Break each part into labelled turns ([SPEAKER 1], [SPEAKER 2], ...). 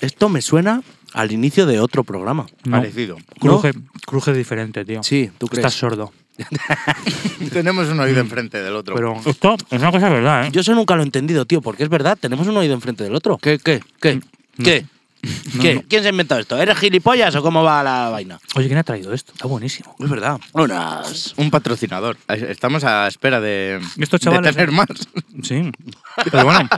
[SPEAKER 1] Esto me suena al inicio de otro programa.
[SPEAKER 2] No.
[SPEAKER 1] Parecido.
[SPEAKER 2] Cruje, cruje diferente, tío.
[SPEAKER 1] Sí, ¿tú crees?
[SPEAKER 2] Estás sordo.
[SPEAKER 3] Tenemos un oído enfrente del otro.
[SPEAKER 2] Mm. Pero esto es una cosa verdad, ¿eh?
[SPEAKER 1] Yo eso nunca lo he entendido, tío, porque es verdad, tenemos un oído enfrente del otro. ¿Qué, qué, qué?
[SPEAKER 2] No.
[SPEAKER 1] ¿Qué?
[SPEAKER 2] No,
[SPEAKER 1] ¿Qué?
[SPEAKER 2] no.
[SPEAKER 1] ¿Quién se ha inventado esto? ¿Eres gilipollas o cómo va la vaina?
[SPEAKER 2] Oye, ¿quién ha traído esto? Está buenísimo.
[SPEAKER 1] Es verdad. ¿Eh? Unas.
[SPEAKER 3] Un patrocinador. Estamos a espera de,
[SPEAKER 2] Estos
[SPEAKER 3] de
[SPEAKER 2] chavales,
[SPEAKER 3] tener
[SPEAKER 2] eh.
[SPEAKER 3] más.
[SPEAKER 2] Sí. Pero bueno,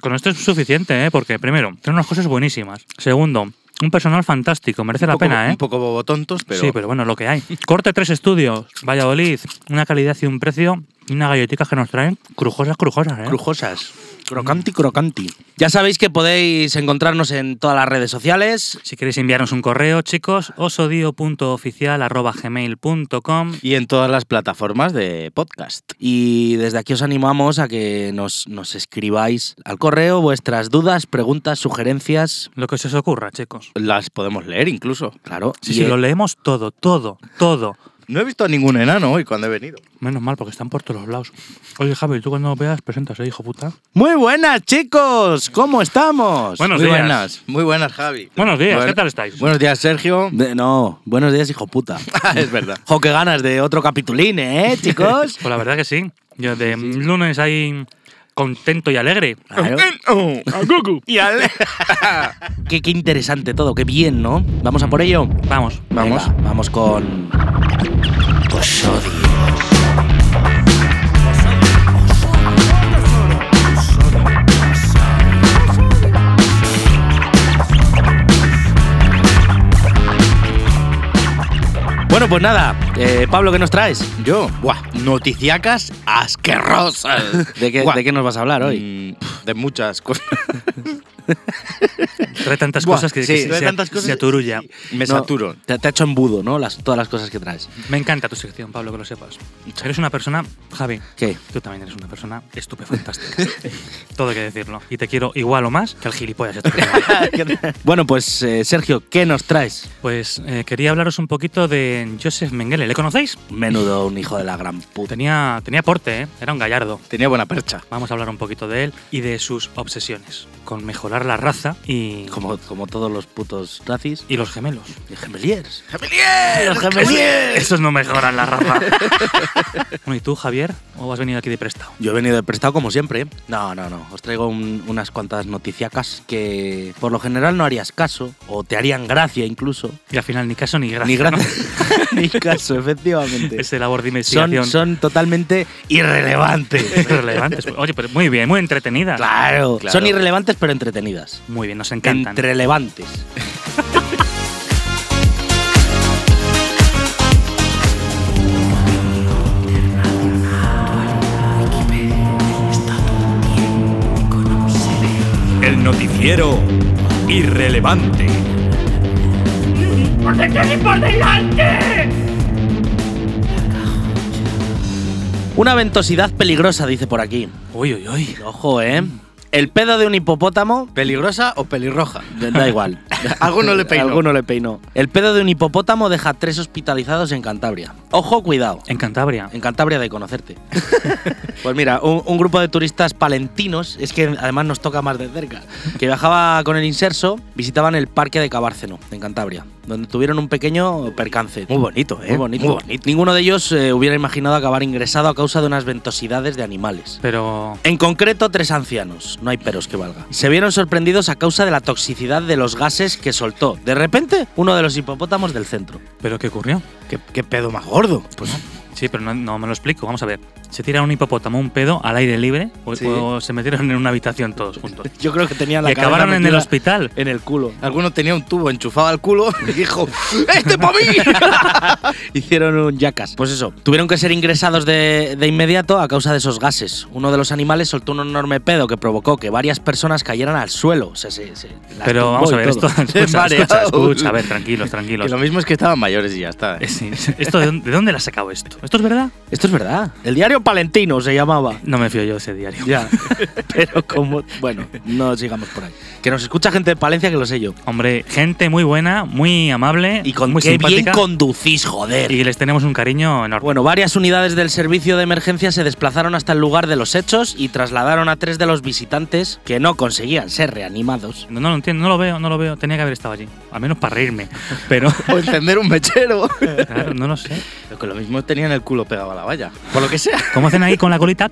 [SPEAKER 2] con esto es suficiente, ¿eh? Porque, primero, tiene unas cosas buenísimas. Segundo, un personal fantástico. Merece la
[SPEAKER 3] Un poco-
[SPEAKER 2] pena, ¿eh?
[SPEAKER 3] Un poco bobotontos, pero,
[SPEAKER 2] Sí, pero bueno, lo que hay. Corte tres estudios. Valladolid. Una calidad y un precio. Y unas galletitas que nos traen. Crujosas, crujosas, ¿eh?
[SPEAKER 1] Crujosas. Crocanti, crocanti. Ya sabéis que podéis encontrarnos en todas las redes sociales.
[SPEAKER 2] si queréis enviarnos un correo, chicos, osodio.oficial.gmail.com
[SPEAKER 3] Y en todas las plataformas de podcast.
[SPEAKER 1] Y desde aquí os animamos a que nos, nos escribáis al correo vuestras dudas, preguntas, sugerencias.
[SPEAKER 2] Lo que se os ocurra, chicos.
[SPEAKER 3] Las podemos leer incluso.
[SPEAKER 1] Claro.
[SPEAKER 2] Sí,
[SPEAKER 1] y,
[SPEAKER 2] sí,
[SPEAKER 1] eh,
[SPEAKER 2] lo leemos todo, todo, todo.
[SPEAKER 3] No he visto a ningún enano hoy cuando he venido.
[SPEAKER 2] Menos mal, porque están por todos los lados. Oye, Javi, tú cuando veas, presentas, ¿eh, hijo puta?
[SPEAKER 1] Muy buenas, chicos. ¿Cómo estamos?
[SPEAKER 2] Buenos
[SPEAKER 3] muy
[SPEAKER 2] días.
[SPEAKER 3] buenas, muy buenas, Javi.
[SPEAKER 2] Buenos días,
[SPEAKER 3] Buen-
[SPEAKER 2] ¿qué tal estáis?
[SPEAKER 3] Buenos días, Sergio.
[SPEAKER 1] De- no, buenos días, hijo puta.
[SPEAKER 3] es verdad.
[SPEAKER 1] Jo, qué ganas de otro capitulín, ¿eh, chicos?
[SPEAKER 2] Pues la verdad que sí. Yo de lunes ahí contento y alegre.
[SPEAKER 1] Claro.
[SPEAKER 3] Y al-
[SPEAKER 1] Qué, qué interesante todo, qué bien, ¿no? Vamos a por ello.
[SPEAKER 2] Vamos.
[SPEAKER 3] Vamos.
[SPEAKER 1] Venga, vamos con. Osodio. Bueno, pues nada, eh, Pablo, ¿qué nos traes?
[SPEAKER 3] Yo, buah, noticiacas asquerosas.
[SPEAKER 1] ¿De qué,
[SPEAKER 3] Buah.
[SPEAKER 1] de qué nos vas a hablar hoy?
[SPEAKER 3] Mm, De muchas cosas.
[SPEAKER 2] Trae tantas
[SPEAKER 3] Buah,
[SPEAKER 2] cosas que,
[SPEAKER 3] sí,
[SPEAKER 2] que se,
[SPEAKER 3] trae
[SPEAKER 2] se-
[SPEAKER 3] tantas
[SPEAKER 2] se
[SPEAKER 3] cosas.
[SPEAKER 2] aturulla.
[SPEAKER 3] Mm,
[SPEAKER 1] No,
[SPEAKER 3] Me saturo.
[SPEAKER 1] Te, te ha hecho embudo, ¿no? Las, todas las cosas que traes.
[SPEAKER 2] Me encanta tu sección, Pablo, que lo sepas. Eres una persona, Javi,
[SPEAKER 1] ¿Qué?
[SPEAKER 2] tú también eres una persona estupefantástica. Todo hay que decirlo. Y te quiero igual o más que al gilipollas. este que tengo aquí.
[SPEAKER 1] bueno, pues eh, Sergio, ¿qué nos traes?
[SPEAKER 2] Pues eh, quería hablaros un poquito de Joseph Mengele. ¿Le conocéis?
[SPEAKER 1] Menudo un hijo de la gran puta.
[SPEAKER 2] Tenía, tenía porte, ¿eh? era un gallardo.
[SPEAKER 3] Tenía buena percha.
[SPEAKER 2] Vamos a hablar un poquito de él y de sus obsesiones con mejorar la raza y,
[SPEAKER 1] Como, como todos los putos nazis.
[SPEAKER 2] y los gemelos.
[SPEAKER 1] Y gemeliers. Eh,
[SPEAKER 3] ¡Gemelier!
[SPEAKER 2] Esos no mejoran la raza. bueno, ¿y tú, Javier? ¿O has venido aquí de prestado?
[SPEAKER 1] Yo he venido de prestado como siempre. ¿eh? No, no, no. Os traigo un- unas cuantas noticiacas que por lo general no harías caso o te harían gracia incluso.
[SPEAKER 2] Y al final ni caso ni gracia.
[SPEAKER 1] Ni
[SPEAKER 2] ¿no?
[SPEAKER 1] gracia. Ni caso, efectivamente.
[SPEAKER 2] Ese labor de
[SPEAKER 1] Son,
[SPEAKER 2] investigación.
[SPEAKER 1] son totalmente irrelevantes.
[SPEAKER 2] irrelevantes. Oye, pero muy bien, muy entretenidas.
[SPEAKER 1] Claro,
[SPEAKER 3] Claro.
[SPEAKER 1] Son irrelevantes pero entretenidas.
[SPEAKER 2] Muy bien, nos encantan.
[SPEAKER 1] Entrelevantes.
[SPEAKER 4] El noticiero irrelevante.
[SPEAKER 5] ¡Por detrás y por delante!
[SPEAKER 1] Una ventosidad peligrosa, dice por aquí.
[SPEAKER 2] Uy, uy, uy.
[SPEAKER 1] Ojo, ¿eh? El pedo de un hipopótamo
[SPEAKER 3] ¿Peligrosa o pelirroja?
[SPEAKER 1] Da igual.
[SPEAKER 3] Alguno le peinó.
[SPEAKER 1] Alguno le peinó. El pedo de un hipopótamo deja tres hospitalizados en Cantabria. Ojo, cuidado.
[SPEAKER 2] En Cantabria.
[SPEAKER 1] En Cantabria de conocerte. pues mira, un, un grupo de turistas palentinos, es que además nos toca más de cerca, que viajaba con el inserso, visitaban el parque de Cabárceno, en Cantabria, donde tuvieron un pequeño percance.
[SPEAKER 3] Muy bonito, ¿eh?
[SPEAKER 1] Muy bonito.
[SPEAKER 3] Muy bonito.
[SPEAKER 1] Ninguno de ellos eh, hubiera imaginado acabar ingresado a causa de unas ventosidades de animales.
[SPEAKER 2] Pero
[SPEAKER 1] En concreto, tres ancianos, no hay peros que valga. Se vieron sorprendidos a causa de la toxicidad de los gases que soltó, de repente, uno de los hipopótamos del centro.
[SPEAKER 2] ¿Pero qué ocurrió?
[SPEAKER 3] ¿Qué, qué pedo más gordo? Pues,
[SPEAKER 2] Sí, pero no, no me lo explico. Vamos a ver. ¿Se tira un hipopótamo un pedo al aire libre o,
[SPEAKER 3] Sí.
[SPEAKER 2] o se metieron en una habitación todos juntos?
[SPEAKER 1] Yo creo que tenían
[SPEAKER 2] y
[SPEAKER 1] la
[SPEAKER 2] acabaron en
[SPEAKER 1] cabeza
[SPEAKER 2] el
[SPEAKER 1] metida
[SPEAKER 2] hospital.
[SPEAKER 1] en el culo.
[SPEAKER 3] Alguno tenía un tubo enchufado al culo y dijo, ¡Este para mí!
[SPEAKER 1] Hicieron un yacas. Pues eso, tuvieron que ser ingresados de, de inmediato a causa de esos gases. Uno de los animales soltó un enorme pedo que provocó que varias personas cayeran al suelo. O sea, se- se- las
[SPEAKER 2] Pero
[SPEAKER 1] tumbó
[SPEAKER 2] vamos
[SPEAKER 1] y
[SPEAKER 2] a ver,
[SPEAKER 1] todo.
[SPEAKER 2] esto. Escucha,
[SPEAKER 3] Vale.
[SPEAKER 2] escucha, escucha. A ver, tranquilos,
[SPEAKER 3] Y
[SPEAKER 2] tranquilos.
[SPEAKER 3] lo mismo es que estaban mayores y ya está. ¿eh?
[SPEAKER 2] Sí, ¿Esto de dónde, de dónde la has sacado esto? ¿Esto es verdad?
[SPEAKER 1] Esto es verdad. El diario Diario Palentino se llamaba.
[SPEAKER 2] No me fío yo de ese diario.
[SPEAKER 1] Ya. Pero como. Bueno, no sigamos por ahí. Que nos escucha gente de Palencia, que lo sé yo.
[SPEAKER 2] Hombre, gente muy buena, muy amable,
[SPEAKER 1] Y con
[SPEAKER 2] muy
[SPEAKER 1] qué bien
[SPEAKER 2] simpática.
[SPEAKER 1] conducís, joder.
[SPEAKER 2] y les tenemos un cariño enorme.
[SPEAKER 1] Bueno, varias unidades del servicio de emergencia se desplazaron hasta el lugar de los hechos y trasladaron a tres de los visitantes que no conseguían ser reanimados.
[SPEAKER 2] No, no lo entiendo, no lo veo, no lo veo. Tenía que haber estado allí. Al menos para reírme. Pero,
[SPEAKER 3] O encender un mechero.
[SPEAKER 2] claro, no lo sé.
[SPEAKER 3] Pero que lo mismo tenían el culo pegado a la valla. Por lo que sea.
[SPEAKER 2] ¿Cómo hacen ahí con la colita?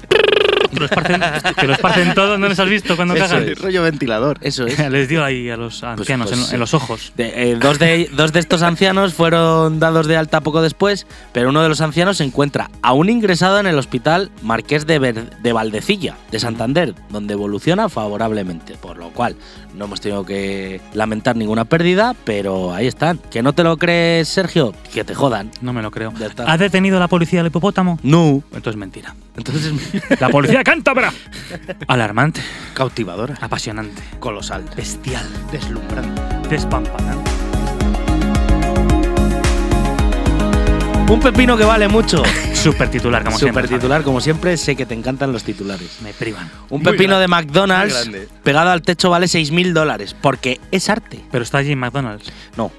[SPEAKER 2] Que los parten, que los parten todos, ¿no les has visto cuando
[SPEAKER 3] Eso
[SPEAKER 2] cagan?
[SPEAKER 3] es, rollo ventilador.
[SPEAKER 1] Eso es.
[SPEAKER 2] Les dio ahí a los ancianos en-
[SPEAKER 1] pues,
[SPEAKER 2] en, los ojos.
[SPEAKER 1] De- eh, dos, de, dos de estos ancianos fueron dados de alta poco después, pero uno de los ancianos se encuentra aún ingresado en el hospital Marqués de, Ver- de Valdecilla, de Santander, donde evoluciona favorablemente, por lo cual no hemos tenido que lamentar ninguna pérdida, pero ahí están. ¿Que no te lo crees, Sergio? Que te jodan.
[SPEAKER 2] No me lo creo.
[SPEAKER 1] Ya está.
[SPEAKER 2] ¿Ha detenido la policía al hipopótamo?
[SPEAKER 1] No.
[SPEAKER 2] Entonces mentira.
[SPEAKER 1] Entonces,
[SPEAKER 2] La policía cántabra. Alarmante,
[SPEAKER 3] Cautivadora.
[SPEAKER 2] apasionante,
[SPEAKER 3] Colosal.
[SPEAKER 2] bestial,
[SPEAKER 3] Deslumbrante.
[SPEAKER 2] despampanante.
[SPEAKER 1] un pepino que vale mucho.
[SPEAKER 2] Super titular, como siempre.
[SPEAKER 1] Super titular, como siempre, sé que te encantan los titulares.
[SPEAKER 2] Me privan.
[SPEAKER 1] Un
[SPEAKER 3] Muy
[SPEAKER 1] pepino
[SPEAKER 3] grande,
[SPEAKER 1] de McDonald's
[SPEAKER 3] muy grande.
[SPEAKER 1] pegado al techo vale 6.000 dólares, porque es arte.
[SPEAKER 2] Pero está allí en McDonald's.
[SPEAKER 1] No.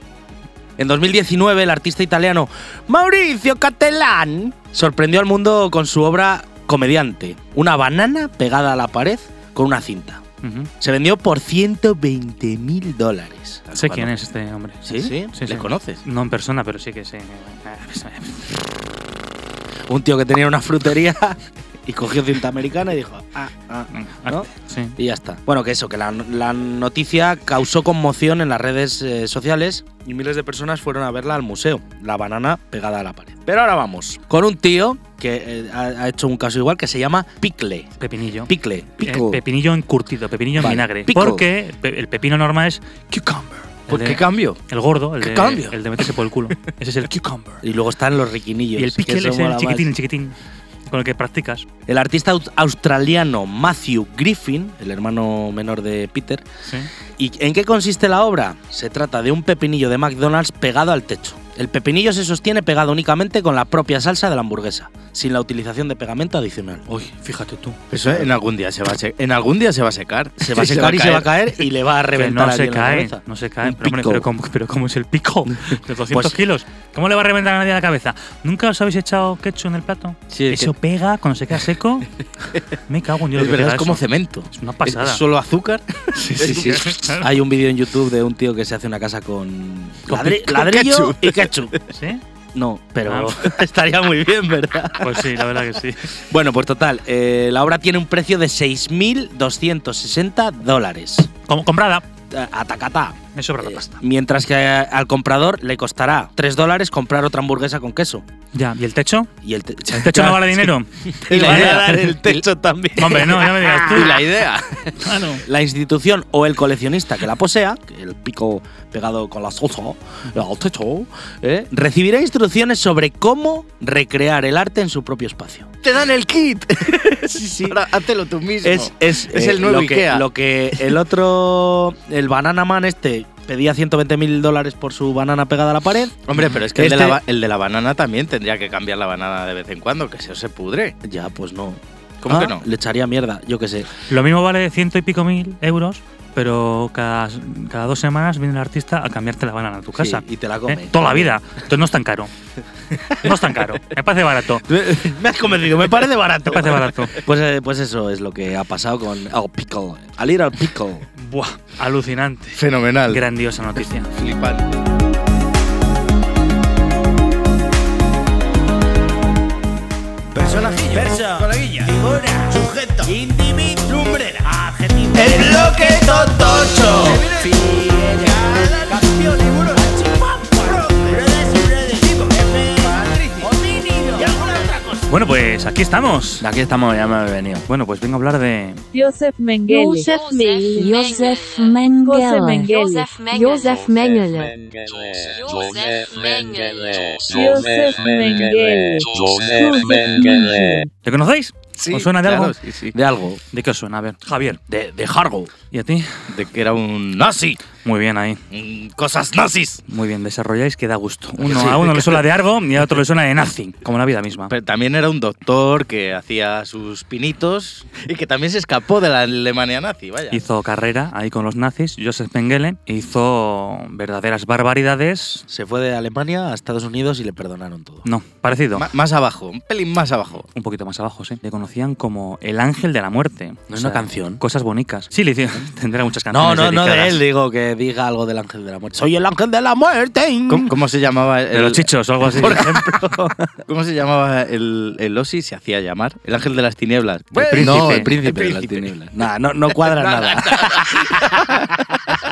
[SPEAKER 1] En 2019, el artista italiano Mauricio Catalán sorprendió al mundo con su obra Comediante, una banana pegada a la pared con una cinta.
[SPEAKER 2] Ujú.
[SPEAKER 1] Se vendió por 120.000 dólares.
[SPEAKER 2] Sé quién es este hombre.
[SPEAKER 1] ¿Sí?
[SPEAKER 3] ¿Sí?
[SPEAKER 2] Sí, sí.
[SPEAKER 3] ¿Le conoces?
[SPEAKER 2] No en persona, pero sí que sé.
[SPEAKER 1] Un tío que tenía una frutería y cogió cinta americana y dijo, ah, ah, ¿no?
[SPEAKER 2] Sí.
[SPEAKER 1] Y ya está. Bueno, que eso, que la, la noticia causó conmoción en las redes eh, sociales y miles de personas fueron a verla al museo, la banana pegada a la pared. Pero ahora vamos con un tío que eh, ha, ha hecho un caso igual que se llama Picle.
[SPEAKER 2] Pepinillo.
[SPEAKER 1] Picle.
[SPEAKER 2] Eh, pepinillo encurtido, pepinillo en
[SPEAKER 1] Vale,
[SPEAKER 2] vinagre.
[SPEAKER 1] pickle.
[SPEAKER 2] Porque pe- el pepino normal es cucumber. El
[SPEAKER 3] ¿Por
[SPEAKER 2] de-
[SPEAKER 1] Eh,
[SPEAKER 3] qué cambio?
[SPEAKER 2] El gordo, el
[SPEAKER 1] ¿Qué
[SPEAKER 2] de,
[SPEAKER 1] cambio?
[SPEAKER 2] el de meterse por el culo. Ese es el cucumber.
[SPEAKER 1] Y luego están los riquinillos.
[SPEAKER 2] Y el
[SPEAKER 1] que
[SPEAKER 2] pickle
[SPEAKER 1] eso
[SPEAKER 2] es el
[SPEAKER 1] mola más.
[SPEAKER 2] chiquitín, el chiquitín. Con el que practicas.
[SPEAKER 1] El artista au- australiano Matthew Griffin, el hermano menor de Peter.
[SPEAKER 2] Sí.
[SPEAKER 1] ¿Y en qué consiste la obra? Se trata de un pepinillo de McDonald's pegado al techo. El pepinillo se sostiene pegado únicamente con la propia salsa de la hamburguesa, sin la utilización de pegamento adicional.
[SPEAKER 2] Uy, fíjate tú.
[SPEAKER 3] Eso en algún día se va a se- en algún día se va a secar.
[SPEAKER 1] Se va a secar y se va a caer y le va a
[SPEAKER 2] Que
[SPEAKER 1] reventar
[SPEAKER 2] no
[SPEAKER 1] a
[SPEAKER 2] se
[SPEAKER 1] alguien la
[SPEAKER 2] cae,
[SPEAKER 1] cabeza.
[SPEAKER 2] no se cae.
[SPEAKER 1] Un
[SPEAKER 2] Pero, hombre,
[SPEAKER 1] pico.
[SPEAKER 2] pero, ¿cómo, pero ¿cómo es el pico? De 200
[SPEAKER 1] Pues-
[SPEAKER 2] kilos. ¿Cómo le va a reventar a nadie la cabeza? ¿Nunca os habéis echado ketchup en el plato?
[SPEAKER 3] Sí, es
[SPEAKER 2] eso pega cuando se queda seco. Me cago en Dios.
[SPEAKER 3] Es
[SPEAKER 2] lo que
[SPEAKER 3] verdad,
[SPEAKER 2] pega
[SPEAKER 3] es como
[SPEAKER 2] eso.
[SPEAKER 3] cemento.
[SPEAKER 2] Es una pasada.
[SPEAKER 3] Es solo azúcar.
[SPEAKER 2] Sí, sí, sí.
[SPEAKER 1] Hay un vídeo en YouTube de un tío que se hace una casa con,
[SPEAKER 2] Con
[SPEAKER 1] ladri-
[SPEAKER 3] con
[SPEAKER 1] ladrillo
[SPEAKER 3] ketchup.
[SPEAKER 1] y ketchup.
[SPEAKER 2] ¿Sí?
[SPEAKER 1] No, pero estaría muy bien, ¿verdad?
[SPEAKER 2] Pues sí, la verdad que sí.
[SPEAKER 1] Bueno, pues total, eh, la obra tiene un precio de 6.260 dólares.
[SPEAKER 2] Com- comprada.
[SPEAKER 1] Eh, Atacata.
[SPEAKER 2] Me sobra la
[SPEAKER 1] Eh,
[SPEAKER 2] pasta.
[SPEAKER 1] Mientras que eh, al comprador le costará 3 dólares comprar otra hamburguesa con queso.
[SPEAKER 2] Ya, ¿y el techo?
[SPEAKER 1] Y el, te-
[SPEAKER 2] ¿El techo no vale dinero?
[SPEAKER 1] Y
[SPEAKER 2] la
[SPEAKER 1] le van a
[SPEAKER 2] idea.
[SPEAKER 1] dar el techo también.
[SPEAKER 2] Hombre, no, ya me digas tú.
[SPEAKER 3] Y la idea.
[SPEAKER 2] Ah, no.
[SPEAKER 1] La institución o el coleccionista que la posea, que el pico pegado con la salsa al techo, ¿eh? recibirá instrucciones sobre cómo recrear el arte en su propio espacio.
[SPEAKER 3] Te dan el kit.
[SPEAKER 1] Sí, sí.
[SPEAKER 3] Ahora hátelo tú mismo.
[SPEAKER 1] Es, es,
[SPEAKER 3] Es
[SPEAKER 1] eh,
[SPEAKER 3] el nuevo
[SPEAKER 1] lo que,
[SPEAKER 3] Ikea.
[SPEAKER 1] Lo que el otro, el Banana Man este, pedía 120 mil dólares por su banana pegada a la pared.
[SPEAKER 3] Hombre, pero es que el,
[SPEAKER 1] Este-
[SPEAKER 3] de la, ba- el de la banana también tendría que cambiar la banana de vez en cuando, que eso se pudre.
[SPEAKER 1] Ya, pues no.
[SPEAKER 3] ¿Cómo
[SPEAKER 1] Ah,
[SPEAKER 3] que no?
[SPEAKER 1] Le echaría mierda, yo qué sé.
[SPEAKER 2] Lo mismo vale ciento y pico mil euros, pero cada, cada dos semanas viene el artista a cambiarte la banana a tu casa.
[SPEAKER 1] Sí, y te la
[SPEAKER 2] ¿eh?
[SPEAKER 1] come.
[SPEAKER 2] Toda la vida. Entonces no es tan caro. No es tan caro. Me parece barato.
[SPEAKER 1] Me has convencido, me parece
[SPEAKER 2] Me
[SPEAKER 1] barato.
[SPEAKER 2] parece barato.
[SPEAKER 1] Pues, eh, pues eso es lo que ha pasado con El Pickle. Al ir al Pickle.
[SPEAKER 2] Buah, alucinante.
[SPEAKER 3] Fenomenal.
[SPEAKER 2] Grandiosa noticia.
[SPEAKER 3] Flipante.
[SPEAKER 6] Personajillo, perso, coleguilla, figura, sujeto, individuo, lumbrera, adjetivo, el bloque totocho, figada, campeón, tiburón, chipampa, redes, redes, tipo, jefe, patricio, homínido y alguna otra cosa.
[SPEAKER 2] Bueno, pues aquí estamos.
[SPEAKER 3] Aquí estamos, ya me he venido.
[SPEAKER 2] Bueno, pues vengo a hablar de.
[SPEAKER 7] Josef Mengele.
[SPEAKER 8] Josef Mengele.
[SPEAKER 7] Josef
[SPEAKER 8] Josef
[SPEAKER 7] Mengele.
[SPEAKER 8] Mengele.
[SPEAKER 7] Josef Mengele.
[SPEAKER 8] Josef Mengele.
[SPEAKER 7] Josef Mengele. Josef Mengele.
[SPEAKER 2] ¿Le conocéis?
[SPEAKER 3] Sí,
[SPEAKER 2] ¿Os suena de algo?
[SPEAKER 3] claro, sí, sí.
[SPEAKER 1] De algo.
[SPEAKER 2] ¿De qué os suena? A ver, Javier.
[SPEAKER 1] De, de Hargo.
[SPEAKER 2] ¿Y a ti?
[SPEAKER 3] De que era un nazi.
[SPEAKER 2] Muy bien ahí.
[SPEAKER 1] Mm, cosas nazis.
[SPEAKER 2] Muy bien, desarrolláis que da gusto. Uno a uno le suena de algo y a otro le suena de nazi, como la vida misma.
[SPEAKER 3] Pero también era un doctor que hacía sus pinitos y que también se escapó de la Alemania nazi, vaya.
[SPEAKER 2] Hizo carrera ahí con los nazis, Joseph Mengele, e hizo verdaderas barbaridades.
[SPEAKER 1] Se fue de Alemania a Estados Unidos y le perdonaron todo.
[SPEAKER 2] No, parecido.
[SPEAKER 3] Ma- más abajo, un pelín más abajo.
[SPEAKER 2] un poquito más abajo, sí. Le conocían como el ángel de la muerte.
[SPEAKER 1] ¿No es una canción?
[SPEAKER 2] Cosas bonitas. Sí, le hicieron. Tendrá muchas
[SPEAKER 1] No,
[SPEAKER 2] canciones.
[SPEAKER 1] no, no de
[SPEAKER 2] dedicadas.
[SPEAKER 1] él, digo que diga algo del ángel de la muerte. Soy el ángel de la muerte.
[SPEAKER 3] ¿Cómo, cómo se llamaba
[SPEAKER 2] De los
[SPEAKER 3] el,
[SPEAKER 2] chichos o algo así.
[SPEAKER 3] Por ejemplo, ¿cómo se llamaba el, el Osi? Se hacía llamar. El ángel de las tinieblas. Pues,
[SPEAKER 2] El príncipe.
[SPEAKER 1] No, el príncipe, de las
[SPEAKER 3] príncipe.
[SPEAKER 1] tinieblas. Nah, no, no cuadra nada.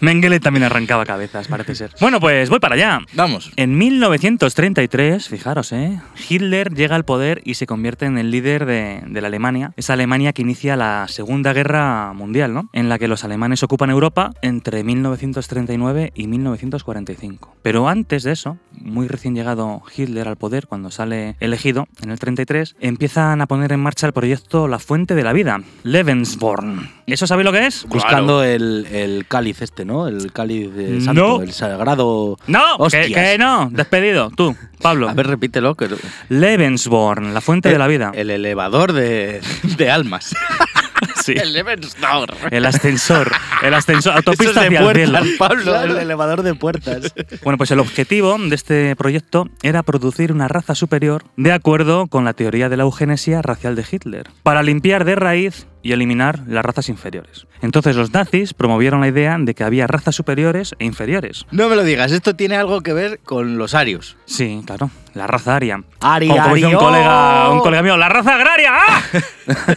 [SPEAKER 2] Mengele también arrancaba cabezas, parece ser. Bueno, pues voy para allá.
[SPEAKER 3] Vamos.
[SPEAKER 2] En 1933, fijaros, ¿eh? Hitler llega al poder y se convierte en el líder de, de la Alemania. Esa Alemania que inicia la Segunda Guerra Mundial, ¿no? En la que los alemanes ocupan Europa entre 1939 y 1945. Pero antes de eso, muy recién llegado Hitler al poder, cuando sale elegido en el 33, empiezan a poner en marcha el proyecto La Fuente de la Vida, Lebensborn. ¿Eso sabéis lo que es?
[SPEAKER 1] Buscando el, el cáliz este, ¿no? El cáliz de santo,
[SPEAKER 2] No.
[SPEAKER 1] el sagrado.
[SPEAKER 2] No,
[SPEAKER 1] Hostias.
[SPEAKER 2] que, que no, despedido, tú, Pablo.
[SPEAKER 3] A ver, repítelo. que-
[SPEAKER 2] Lebensborn, la fuente de la vida.
[SPEAKER 3] El elevador de, de almas.
[SPEAKER 2] Sí.
[SPEAKER 3] el elevador.
[SPEAKER 2] El ascensor, el ascensor,
[SPEAKER 3] Eso es
[SPEAKER 2] autopista
[SPEAKER 3] de
[SPEAKER 2] hacia el cielo.
[SPEAKER 3] puertas, Pablo.
[SPEAKER 1] Claro, el elevador de puertas.
[SPEAKER 2] Bueno, pues el objetivo de este proyecto era producir una raza superior de acuerdo con la teoría de la eugenesia racial de Hitler, para limpiar de raíz y eliminar las razas inferiores. Entonces los nazis promovieron la idea de que había razas superiores e inferiores.
[SPEAKER 3] No me lo digas, esto tiene algo que ver con los arios.
[SPEAKER 2] Sí, claro, la raza aria.
[SPEAKER 1] Ari,
[SPEAKER 2] Como- como dice
[SPEAKER 1] Ari,
[SPEAKER 2] un colega,
[SPEAKER 1] oh.
[SPEAKER 2] un colega mío, la raza agraria. ¡ah!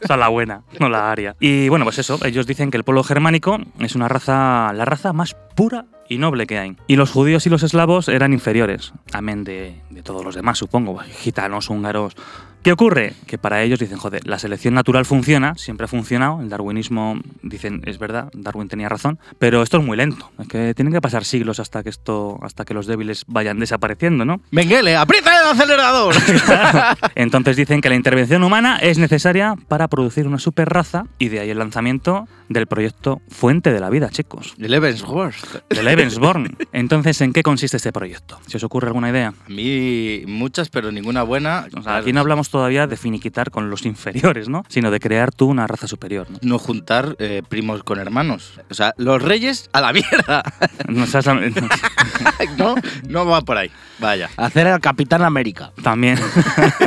[SPEAKER 2] Esa es la buena, no la aria. Y bueno, pues eso, ellos dicen que el pueblo germánico es una raza, la raza más pura y noble que hay. Y los judíos y los eslavos eran inferiores, amén de, de todos los demás, supongo, gitanos, húngaros. ¿Qué ocurre? Que para ellos dicen, joder, la selección natural funciona, siempre ha funcionado, el darwinismo, dicen, es verdad, Darwin tenía razón, pero esto es muy lento, es que tienen que pasar siglos hasta que esto, hasta que los débiles vayan desapareciendo, ¿no?
[SPEAKER 3] Mengele, aprieta el acelerador.
[SPEAKER 2] Claro. Entonces dicen que la intervención humana es necesaria para producir una superraza y de ahí el lanzamiento del proyecto Fuente de la Vida, chicos,
[SPEAKER 3] el Ebenshorst.
[SPEAKER 2] de Lebensborn. Entonces, ¿en qué consiste este proyecto? ¿Se os ocurre alguna idea?
[SPEAKER 3] A mí muchas, pero ninguna buena.
[SPEAKER 2] O sea,
[SPEAKER 3] Claro,
[SPEAKER 2] aquí no hablamos todavía de finiquitar con los inferiores, ¿no? Sino de crear tú una raza superior, ¿no?
[SPEAKER 3] no juntar eh, primos con hermanos. O sea, los reyes a la mierda.
[SPEAKER 2] No seas la-
[SPEAKER 3] no, no va por ahí. Vaya.
[SPEAKER 1] Hacer al Capitán América.
[SPEAKER 2] También.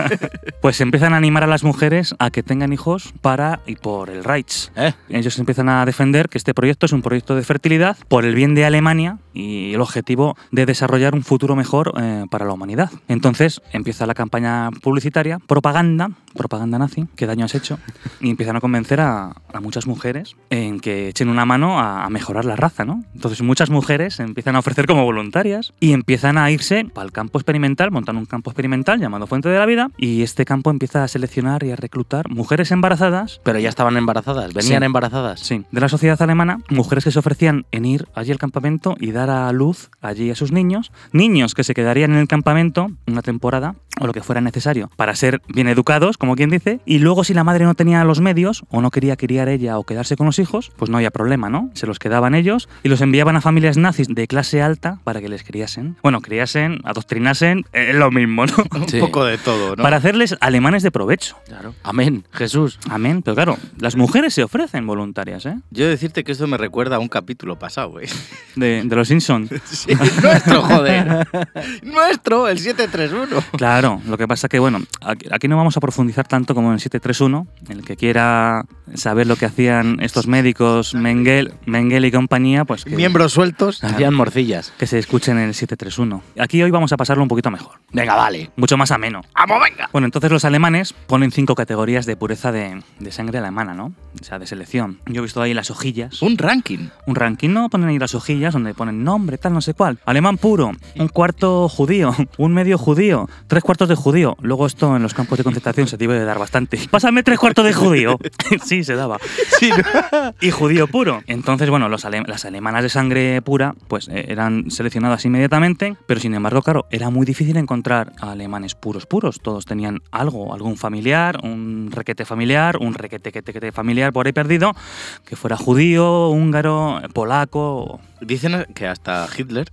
[SPEAKER 2] Pues empiezan a animar a las mujeres a que tengan hijos para y por el Reich.
[SPEAKER 1] ¿Eh?
[SPEAKER 2] Ellos empiezan a defender que este proyecto es un proyecto de fertilidad por el bien de Alemania y el objetivo de desarrollar un futuro mejor eh, para la humanidad. Entonces empieza la campaña publicitaria, propaganda, propaganda nazi, qué daño has hecho, y empiezan a convencer a, a muchas mujeres en que echen una mano a, a mejorar la raza, ¿no? Entonces muchas mujeres se empiezan a ofrecer como voluntarias y empiezan a irse al campo experimental, montan un campo experimental llamado Fuente de la Vida, y este campo empieza a seleccionar y a reclutar mujeres embarazadas
[SPEAKER 1] Pero ya estaban embarazadas, venían
[SPEAKER 2] Sí.
[SPEAKER 1] embarazadas.
[SPEAKER 2] Sí, de la sociedad alemana, mujeres que se ofrecían en ir allí al campamento y dar a luz allí a sus niños, niños que se quedarían en el campamento una temporada o lo que fuera necesario para ser bien educados, como quien dice, y luego si la madre no tenía los medios o no quería criar ella o quedarse con los hijos, pues no había problema, ¿no? Se los quedaban ellos y los enviaban a familias nazis de clase alta para que les criasen. Bueno, criasen, adoctrinasen, es lo mismo, ¿no?
[SPEAKER 1] Sí.
[SPEAKER 3] Un poco de todo, ¿no?
[SPEAKER 2] Para hacerles alemanes de provecho.
[SPEAKER 1] Claro. Amén, Jesús.
[SPEAKER 2] Amén, pero claro, las mujeres se ofrecen voluntarias, ¿eh?
[SPEAKER 3] Yo decirte que esto me recuerda a un capítulo pasado, güey.
[SPEAKER 2] De, de los Simpsons.
[SPEAKER 3] Sí, nuestro, joder. nuestro, el 731.
[SPEAKER 2] Claro, lo que pasa que, bueno, aquí aquí no vamos a profundizar tanto como en 731, el que quiera saber lo que hacían estos médicos, Mengel, Mengel y compañía, pues que,
[SPEAKER 3] Miembros sueltos.
[SPEAKER 1] Hacían morcillas.
[SPEAKER 2] que se escuchen en el 731. Aquí hoy vamos a pasarlo un poquito mejor,
[SPEAKER 1] Venga, vale.
[SPEAKER 2] mucho más ameno.
[SPEAKER 3] ¡Vamos, venga!
[SPEAKER 2] Bueno, entonces los alemanes ponen cinco categorías de pureza de, de sangre alemana, ¿no? O sea, de selección. Yo he visto ahí las hojillas.
[SPEAKER 3] Un ranking.
[SPEAKER 2] Un ranking, ¿no? Ponen ahí las hojillas donde ponen sin nombre, tal, no sé cuál. Alemán puro, un cuarto judío, un medio judío, tres cuartos de judío. Luego esto en los campos de concentración se te iba a dar bastante. Pásame tres cuartos de judío. sí, se daba. y judío puro. Entonces, bueno, los ale- las alemanas de sangre pura, pues eh, eran seleccionadas inmediatamente, pero sin embargo, claro, era muy difícil encontrar a alemanes puros puros. Todos tenían algo, algún familiar, un requete familiar, un requete que te familiar por ahí perdido, que fuera judío, húngaro, polaco.
[SPEAKER 3] Dicen que hasta Hitler.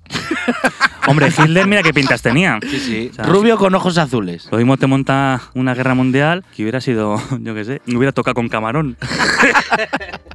[SPEAKER 2] Hombre, Hitler, mira qué pintas tenía.
[SPEAKER 1] Sí, sí.
[SPEAKER 2] O sea,
[SPEAKER 1] Rubio con ojos azules.
[SPEAKER 2] Lo mismo te monta una guerra mundial que hubiera sido, yo qué sé, hubiera tocado con camarón.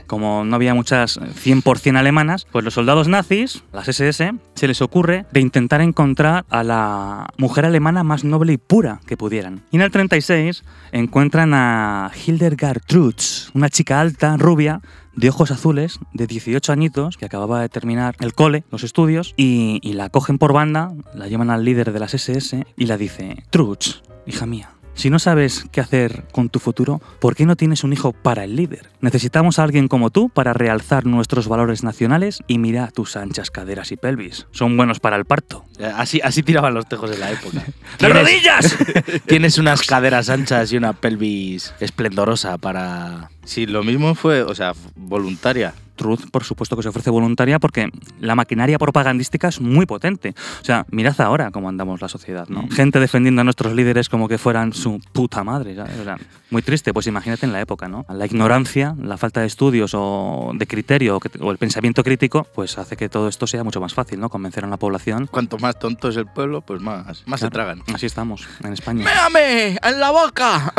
[SPEAKER 2] Como no había muchas eh, 100% alemanas, pues los soldados nazis, las SS, se les ocurre de intentar encontrar a la mujer alemana más noble y pura que pudieran. Y en el 36 encuentran a Hildegard Trutz, una chica alta, rubia, de ojos azules, de 18 añitos, que acababa de terminar el cole, los estudios, y, y la cogen por banda, la llevan al líder de las SS y la dice, Trutz, hija mía, si no sabes qué hacer con tu futuro, ¿por qué no tienes un hijo para el líder? Necesitamos a alguien como tú para realzar nuestros valores nacionales y mira tus anchas caderas y pelvis. Son buenos para el parto.
[SPEAKER 1] Eh, Así, así tiraban los tejos en la época.
[SPEAKER 2] ¡Las
[SPEAKER 1] Tienes-
[SPEAKER 2] rodillas!
[SPEAKER 1] Tienes unas caderas anchas y una pelvis esplendorosa para.
[SPEAKER 3] Sí, lo mismo fue, o sea, voluntaria.
[SPEAKER 2] Truth, por supuesto, que se ofrece voluntaria porque la maquinaria propagandística es muy potente. O sea, mirad ahora cómo andamos la sociedad, ¿no? Gente defendiendo a nuestros líderes como que fueran su puta madre, ¿sabes? O sea, muy triste, pues imagínate en la época, ¿no? La ignorancia, la falta de estudios o de criterio o, que- o el pensamiento crítico, pues hace que todo esto sea mucho más fácil, ¿no? Convencer a la población.
[SPEAKER 3] Cuanto más tonto es el pueblo, pues más, más se
[SPEAKER 2] Claro,
[SPEAKER 3] tragan.
[SPEAKER 2] Así estamos, en España.
[SPEAKER 3] ¡Pégame en la boca!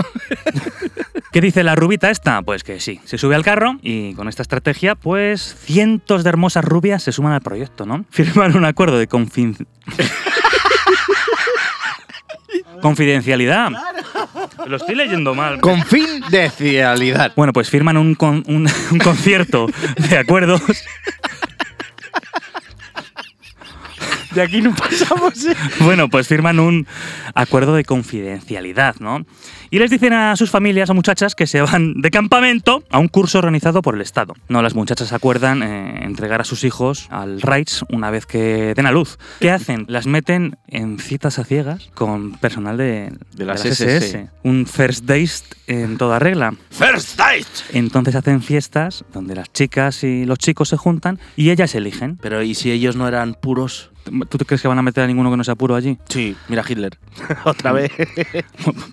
[SPEAKER 2] ¿Qué dice la rubita esta? Pues que sí, se sube al carro y con esta estrategia, pues cientos de hermosas rubias se suman al proyecto, ¿no? Firman un acuerdo de confin- confidencialidad. Lo estoy leyendo mal.
[SPEAKER 3] Con fin de fidelidad.
[SPEAKER 2] Bueno, pues firman un, con- un- un concierto de acuerdos.
[SPEAKER 1] De aquí no pasamos.
[SPEAKER 2] Bueno, pues firman un acuerdo de confidencialidad, ¿no? Y les dicen a sus familias o muchachas que se van de campamento a un curso organizado por el Estado. No, las muchachas acuerdan eh, entregar a sus hijos al Reich una vez que den a luz. ¿Qué hacen? Las meten en citas a ciegas con personal de,
[SPEAKER 3] De las SS.
[SPEAKER 2] Un first date en toda regla.
[SPEAKER 4] First Date.
[SPEAKER 2] Entonces hacen fiestas donde las chicas y los chicos se juntan y ellas eligen.
[SPEAKER 1] Pero ¿y si ellos no eran puros?
[SPEAKER 2] ¿Tú crees que van a meter a ninguno que no sea puro allí?
[SPEAKER 1] Sí, mira Hitler. Otra vez.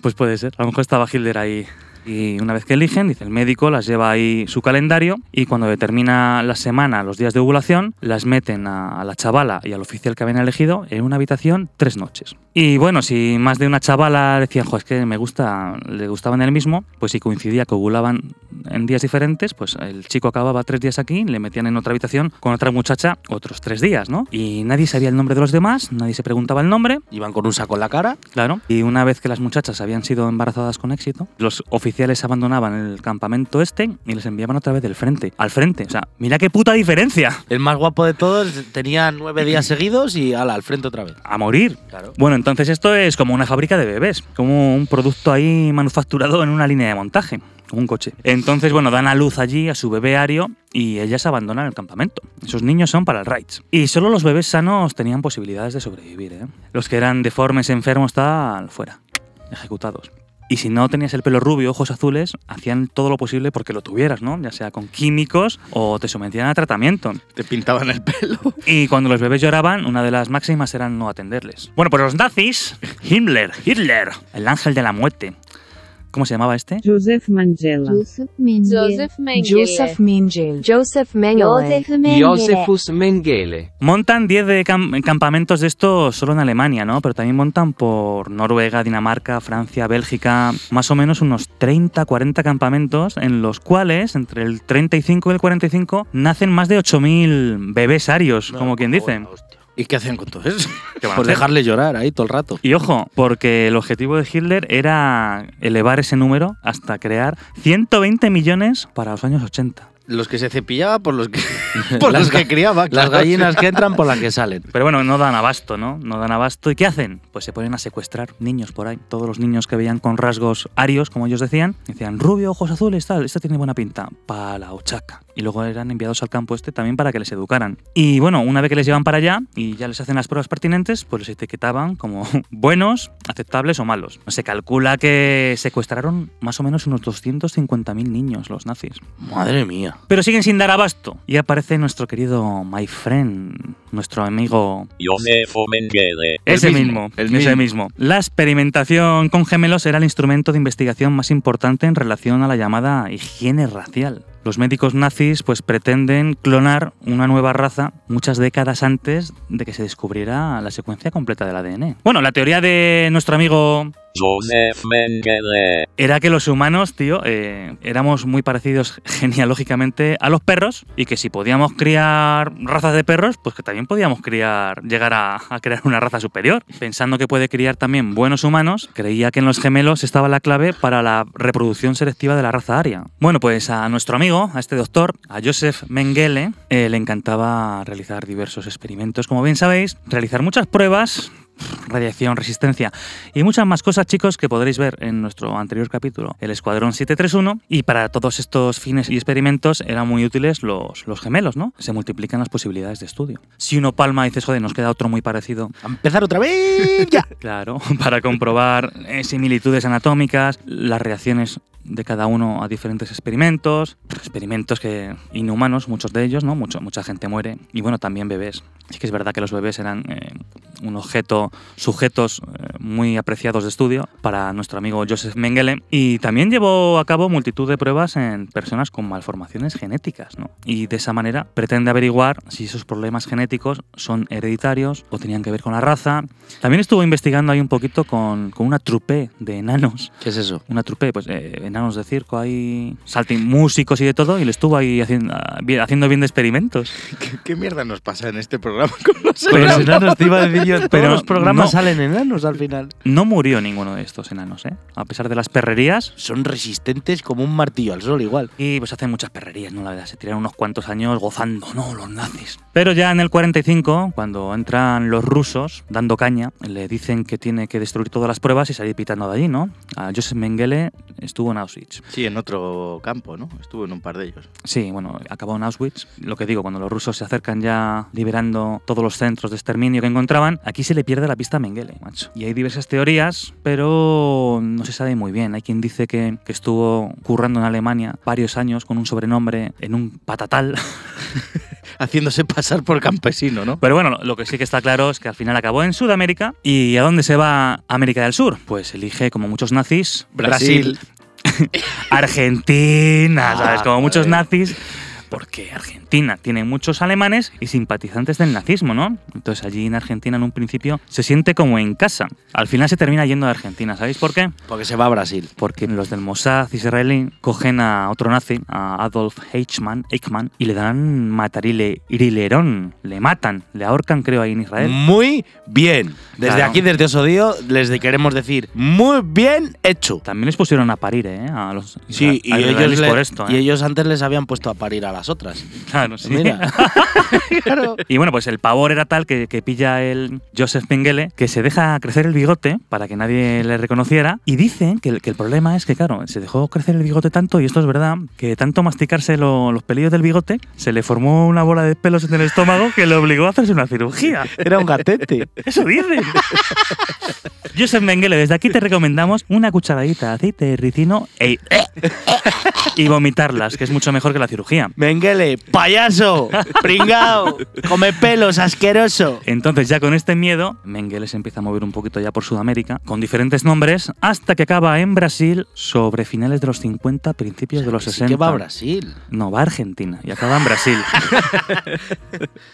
[SPEAKER 2] Pues puede ser. A lo mejor estaba Hitler ahí. Y una vez que eligen, dice el médico, las lleva ahí su calendario y cuando determina la semana, los días de ovulación, las meten a, a la chavala y al oficial que habían elegido en una habitación tres noches. Y bueno, si más de una chavala decían, jo, es que me gusta, le gustaban el mismo, pues si coincidía que ovulaban en días diferentes, pues el chico acababa tres días aquí, le metían en otra habitación con otra muchacha otros tres días, ¿no? Y nadie sabía el nombre de los demás, nadie se preguntaba el nombre,
[SPEAKER 1] Iban con un saco en la cara.
[SPEAKER 2] Claro. Y una vez que las muchachas habían sido embarazadas con éxito, los oficiales abandonaban el campamento este y les enviaban otra vez del frente. Al frente. O sea, mira qué puta diferencia.
[SPEAKER 1] El más guapo de todos tenía nueve días seguidos y ala, al frente otra vez.
[SPEAKER 2] A morir.
[SPEAKER 1] Claro.
[SPEAKER 2] Bueno, entonces esto es como una fábrica de bebés, como un producto ahí manufacturado en una línea de montaje, como un coche. Entonces, bueno, dan a luz allí a su bebé Ario y ellas abandonan el campamento. Esos niños son para el Reich. Y solo los bebés sanos tenían posibilidades de sobrevivir, ¿eh? Los que eran deformes, enfermos, tal, fuera, ejecutados. Y si no tenías el pelo rubio, ojos azules, hacían todo lo posible porque lo tuvieras, ¿no? Ya sea con químicos o te sometían a tratamiento.
[SPEAKER 3] Te pintaban el pelo.
[SPEAKER 2] Y cuando los bebés lloraban, una de las máximas eran no atenderles. Bueno, pues los nazis, Himmler, Hitler, el ángel de la muerte. ¿Cómo se llamaba este?
[SPEAKER 9] Joseph Mangela.
[SPEAKER 8] Joseph Mengele. Joseph Mengele.
[SPEAKER 7] Joseph Mengele.
[SPEAKER 10] Joseph Mengele.
[SPEAKER 11] Eh,
[SPEAKER 6] Josephus Mengele.
[SPEAKER 2] Montan 10 de cam- campamentos de estos solo en Alemania, ¿no? Pero también montan por Noruega, Dinamarca, Francia, Bélgica, más o menos unos 30, 40 campamentos en los cuales entre el 35 y el 45 nacen más de 8.000 bebés arios, como quien dice.
[SPEAKER 3] ¿Y qué hacían con todo eso?
[SPEAKER 2] ¿Qué van a hacer?
[SPEAKER 1] Por Pues dejarle llorar ahí todo el rato.
[SPEAKER 2] Y ojo, porque el objetivo de Hitler era elevar ese número hasta crear 120 millones para los años 80.
[SPEAKER 3] Los que se cepillaba por los que, por los
[SPEAKER 1] Las
[SPEAKER 3] que
[SPEAKER 1] ga-
[SPEAKER 3] criaba.
[SPEAKER 1] Las
[SPEAKER 3] claro.
[SPEAKER 1] gallinas que entran por las que salen.
[SPEAKER 2] Pero bueno, no dan abasto, ¿no? No dan abasto. ¿Y qué hacen? Pues se ponen a secuestrar niños por ahí. Todos los niños que veían con rasgos arios, como ellos decían, decían, rubio, ojos azules, tal, esta tiene buena pinta. Para la ochaca. y luego eran enviados al campo este también para que les educaran. Y bueno, una vez que les llevan para allá y ya les hacen las pruebas pertinentes, pues les etiquetaban como buenos, aceptables o malos. Se calcula que secuestraron más o menos unos 250.000 niños los nazis.
[SPEAKER 1] Madre mía.
[SPEAKER 2] Pero siguen sin dar abasto. Y aparece nuestro querido My Friend, nuestro amigo
[SPEAKER 7] Josefo Mengele.
[SPEAKER 3] El
[SPEAKER 2] ese
[SPEAKER 3] mismo,
[SPEAKER 2] mismo,
[SPEAKER 3] el
[SPEAKER 2] ese mismo. La experimentación con gemelos era el instrumento de investigación más importante en relación a la llamada higiene racial. Los médicos nazis pues pretenden clonar una nueva raza muchas décadas antes de que se descubriera la secuencia completa del ADN. Bueno, la teoría de nuestro amigo
[SPEAKER 7] Josef Mengele.
[SPEAKER 2] era que los humanos, tío, eh, éramos muy parecidos genealógicamente a los perros y que si podíamos criar razas de perros, pues que también podíamos criar, llegar a, a crear una raza superior. Pensando que puede criar también buenos humanos, creía que en los gemelos estaba la clave para la reproducción selectiva de la raza aria. Bueno, pues a nuestro amigo, a este doctor, a Joseph Mengele, eh, le encantaba realizar diversos experimentos, como bien sabéis, realizar muchas pruebas radiación, resistencia y muchas más cosas, chicos, que podréis ver en nuestro anterior capítulo, el Escuadrón 731. Y para todos estos fines y experimentos eran muy útiles los, los gemelos, ¿no? Se multiplican las posibilidades de estudio. Si uno palma y dices, joder, nos queda otro muy parecido,
[SPEAKER 1] A empezar otra vez ya.
[SPEAKER 2] claro, para comprobar eh, similitudes anatómicas, las reacciones de cada uno a diferentes experimentos, experimentos que inhumanos, muchos de ellos, ¿no? Mucho, mucha gente muere y bueno, también bebés. Sí que es verdad que los bebés eran eh, un objeto, sujetos eh, muy apreciados de estudio para nuestro amigo Joseph Mengele y también llevó a cabo multitud de pruebas en personas con malformaciones genéticas, ¿no? Y de esa manera pretende averiguar si esos problemas genéticos son hereditarios o tenían que ver con la raza. También estuvo investigando ahí un poquito con, con una trupe de enanos
[SPEAKER 1] ¿Qué es eso?
[SPEAKER 2] una trupe, pues eh, enanos de circo, hay salting músicos y de todo, y le estuvo ahí haciendo, ah, bien- haciendo bien de experimentos.
[SPEAKER 3] ¿Qué, qué mierda nos pasa en este programa con los
[SPEAKER 2] Pero
[SPEAKER 3] enanos?
[SPEAKER 2] si no,
[SPEAKER 1] enanos, te iba a decir yo,
[SPEAKER 2] Pero no.
[SPEAKER 1] salen enanos al final.
[SPEAKER 2] No murió ninguno de estos enanos, ¿eh? A pesar de las perrerías.
[SPEAKER 1] Son resistentes como un martillo al sol igual.
[SPEAKER 2] Y pues hacen muchas perrerías, ¿no? La verdad, se tiran unos cuantos años gozando, ¿no? Los nazis. Pero ya en el 45, cuando entran los rusos dando caña, le dicen que tiene que destruir todas las pruebas y salir pitando de allí, ¿no? A Joseph Mengele estuvo en Auschwitz.
[SPEAKER 3] Sí, en otro campo, ¿no? Estuvo en un par de ellos.
[SPEAKER 2] Sí, bueno, acabó en Auschwitz. Lo que digo, cuando los rusos se acercan ya liberando todos los centros de exterminio que encontraban, aquí se le pierde la pista a Mengele, macho. Y hay diversas teorías, pero no se sabe muy bien. Hay quien dice que, que estuvo currando en Alemania varios años con un sobrenombre en un patatal.
[SPEAKER 3] Haciéndose pasar por campesino, ¿no?
[SPEAKER 2] Pero bueno, lo que sí que está claro es que al final acabó en Sudamérica. ¿Y a dónde se va América del Sur? Pues elige, como muchos nazis,
[SPEAKER 1] Ah,
[SPEAKER 2] Argentina, ¿sabes? Como muchos nazis. Porque Argentina tiene muchos alemanes y simpatizantes del nazismo, ¿no? Entonces allí en Argentina en un principio se siente como en casa. Al final se termina yendo de Argentina, ¿sabéis por qué?
[SPEAKER 1] Porque se va a Brasil.
[SPEAKER 2] Porque los del Mossad israelí cogen a otro nazi, a Adolf Eichmann, Eichmann y le dan matarile, irilerón, le matan, le ahorcan creo ahí en
[SPEAKER 1] ¿eh?
[SPEAKER 2] Israel.
[SPEAKER 1] Muy bien. Desde
[SPEAKER 2] Claro.
[SPEAKER 1] aquí, desde Osodío, les queremos decir muy bien hecho.
[SPEAKER 2] También les pusieron a parir, ¿eh? A los
[SPEAKER 1] Sí, y
[SPEAKER 2] a los israelíes
[SPEAKER 1] ellos, le-
[SPEAKER 2] por esto,
[SPEAKER 1] y
[SPEAKER 2] ¿eh?
[SPEAKER 1] ellos antes les habían puesto a parir a las otras.
[SPEAKER 2] Claro, sí.
[SPEAKER 1] Mira. claro.
[SPEAKER 2] Y bueno, pues el pavor era tal que, que pilla el Joseph Mengele, que se deja crecer el bigote para que nadie le reconociera. Y dicen que el, que el problema es que, claro, se dejó crecer el bigote tanto, y esto es verdad, que de tanto masticarse lo- los pelillos del bigote, se le formó una bola de pelos en el estómago que le obligó a hacerse una cirugía.
[SPEAKER 1] Era un gatete.
[SPEAKER 2] Eso dicen. Joseph Mengele, desde aquí te recomendamos una cucharadita de aceite de ricino e- y vomitarlas, que es mucho mejor que la cirugía.
[SPEAKER 1] Mengele, payaso, pringao, come pelos, asqueroso.
[SPEAKER 2] Entonces ya con este miedo, Mengele se empieza a mover un poquito ya por Sudamérica, con diferentes nombres, hasta que acaba en Brasil sobre finales de los 50, principios de los
[SPEAKER 1] Sí
[SPEAKER 2] 60.
[SPEAKER 1] que va a Brasil.
[SPEAKER 2] No, va a Argentina y acaba en Brasil.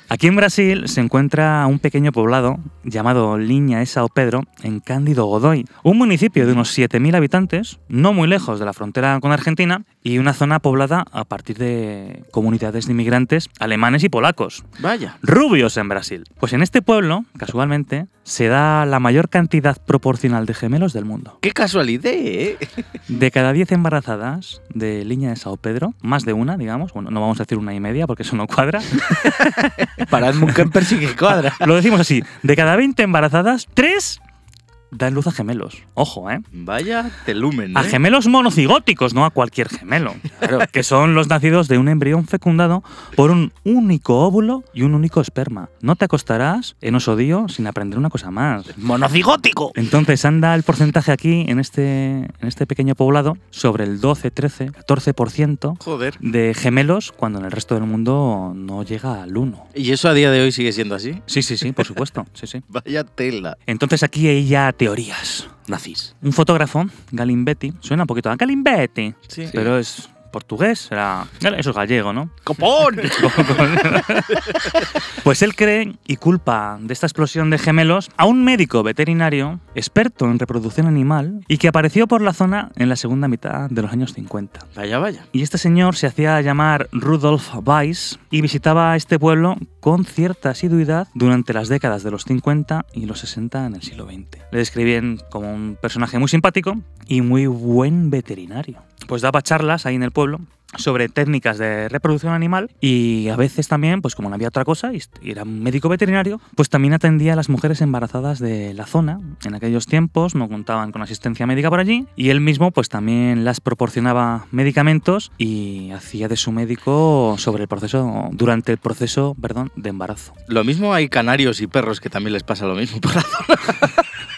[SPEAKER 2] Aquí en Brasil se encuentra un pequeño poblado llamado Liña de Sao Pedro, en Cándido Godoy, un municipio de unos 7.000 habitantes, no muy lejos de la frontera con Argentina, y una zona poblada a partir de comunidades de inmigrantes alemanes y polacos
[SPEAKER 1] Vaya.
[SPEAKER 2] rubios en Brasil. Pues en este pueblo, casualmente, se da la mayor cantidad proporcional de gemelos del mundo.
[SPEAKER 3] ¡Qué casualidad, eh!
[SPEAKER 2] De cada 10 embarazadas de Liña de Sao Pedro, más de una, digamos, bueno, no vamos a decir una y media porque eso no cuadra,
[SPEAKER 1] Para un camper sí que cuadra.
[SPEAKER 2] lo decimos así, de cada 20 embarazadas, 3 dan luz a gemelos. Ojo, ¿eh?
[SPEAKER 3] Vaya telumen.
[SPEAKER 2] A
[SPEAKER 3] ¿eh?
[SPEAKER 2] gemelos monocigóticos, no a cualquier gemelo. Claro, que son los nacidos de un embrión fecundado por un único óvulo y un único esperma. No te acostarás en osodío sin aprender una cosa más.
[SPEAKER 1] ¡Monocigótico!
[SPEAKER 2] Entonces anda el porcentaje aquí, en este, en este pequeño poblado, sobre el 12, 13, 14%
[SPEAKER 3] Joder.
[SPEAKER 2] de gemelos, cuando en el resto del mundo no llega al 1.
[SPEAKER 3] ¿Y eso a día de hoy sigue siendo así?
[SPEAKER 2] Sí, sí, sí, por supuesto. Sí, sí.
[SPEAKER 3] Vaya tela.
[SPEAKER 2] Entonces aquí hay ya teorías.
[SPEAKER 1] Nazis.
[SPEAKER 2] Un fotógrafo, Galimbetti, suena un poquito a Galimbetti,
[SPEAKER 3] Sí.
[SPEAKER 2] pero es portugués, era, eso es gallego, ¿no?
[SPEAKER 3] ¡Copón!
[SPEAKER 2] Pues él cree y culpa de esta explosión de gemelos a un médico veterinario experto en reproducción animal y que apareció por la zona en la segunda mitad de los años 50.
[SPEAKER 3] vaya, vaya.
[SPEAKER 2] Y este señor se hacía llamar Rudolf Weiss y visitaba este pueblo con cierta asiduidad durante las décadas de los 50 y los 60 en el siglo XX. Le describían como un personaje muy simpático y muy buen veterinario. Pues daba charlas ahí en el pueblo sobre técnicas de reproducción animal y a veces también, pues como no había otra cosa y y era un médico veterinario, pues también atendía a las mujeres embarazadas de la zona. En aquellos tiempos no contaban con asistencia médica por allí y él mismo pues también las proporcionaba medicamentos y hacía de su médico sobre el proceso, durante el proceso, perdón, de embarazo.
[SPEAKER 3] Lo mismo hay canarios y perros que también les pasa lo mismo. por la zona.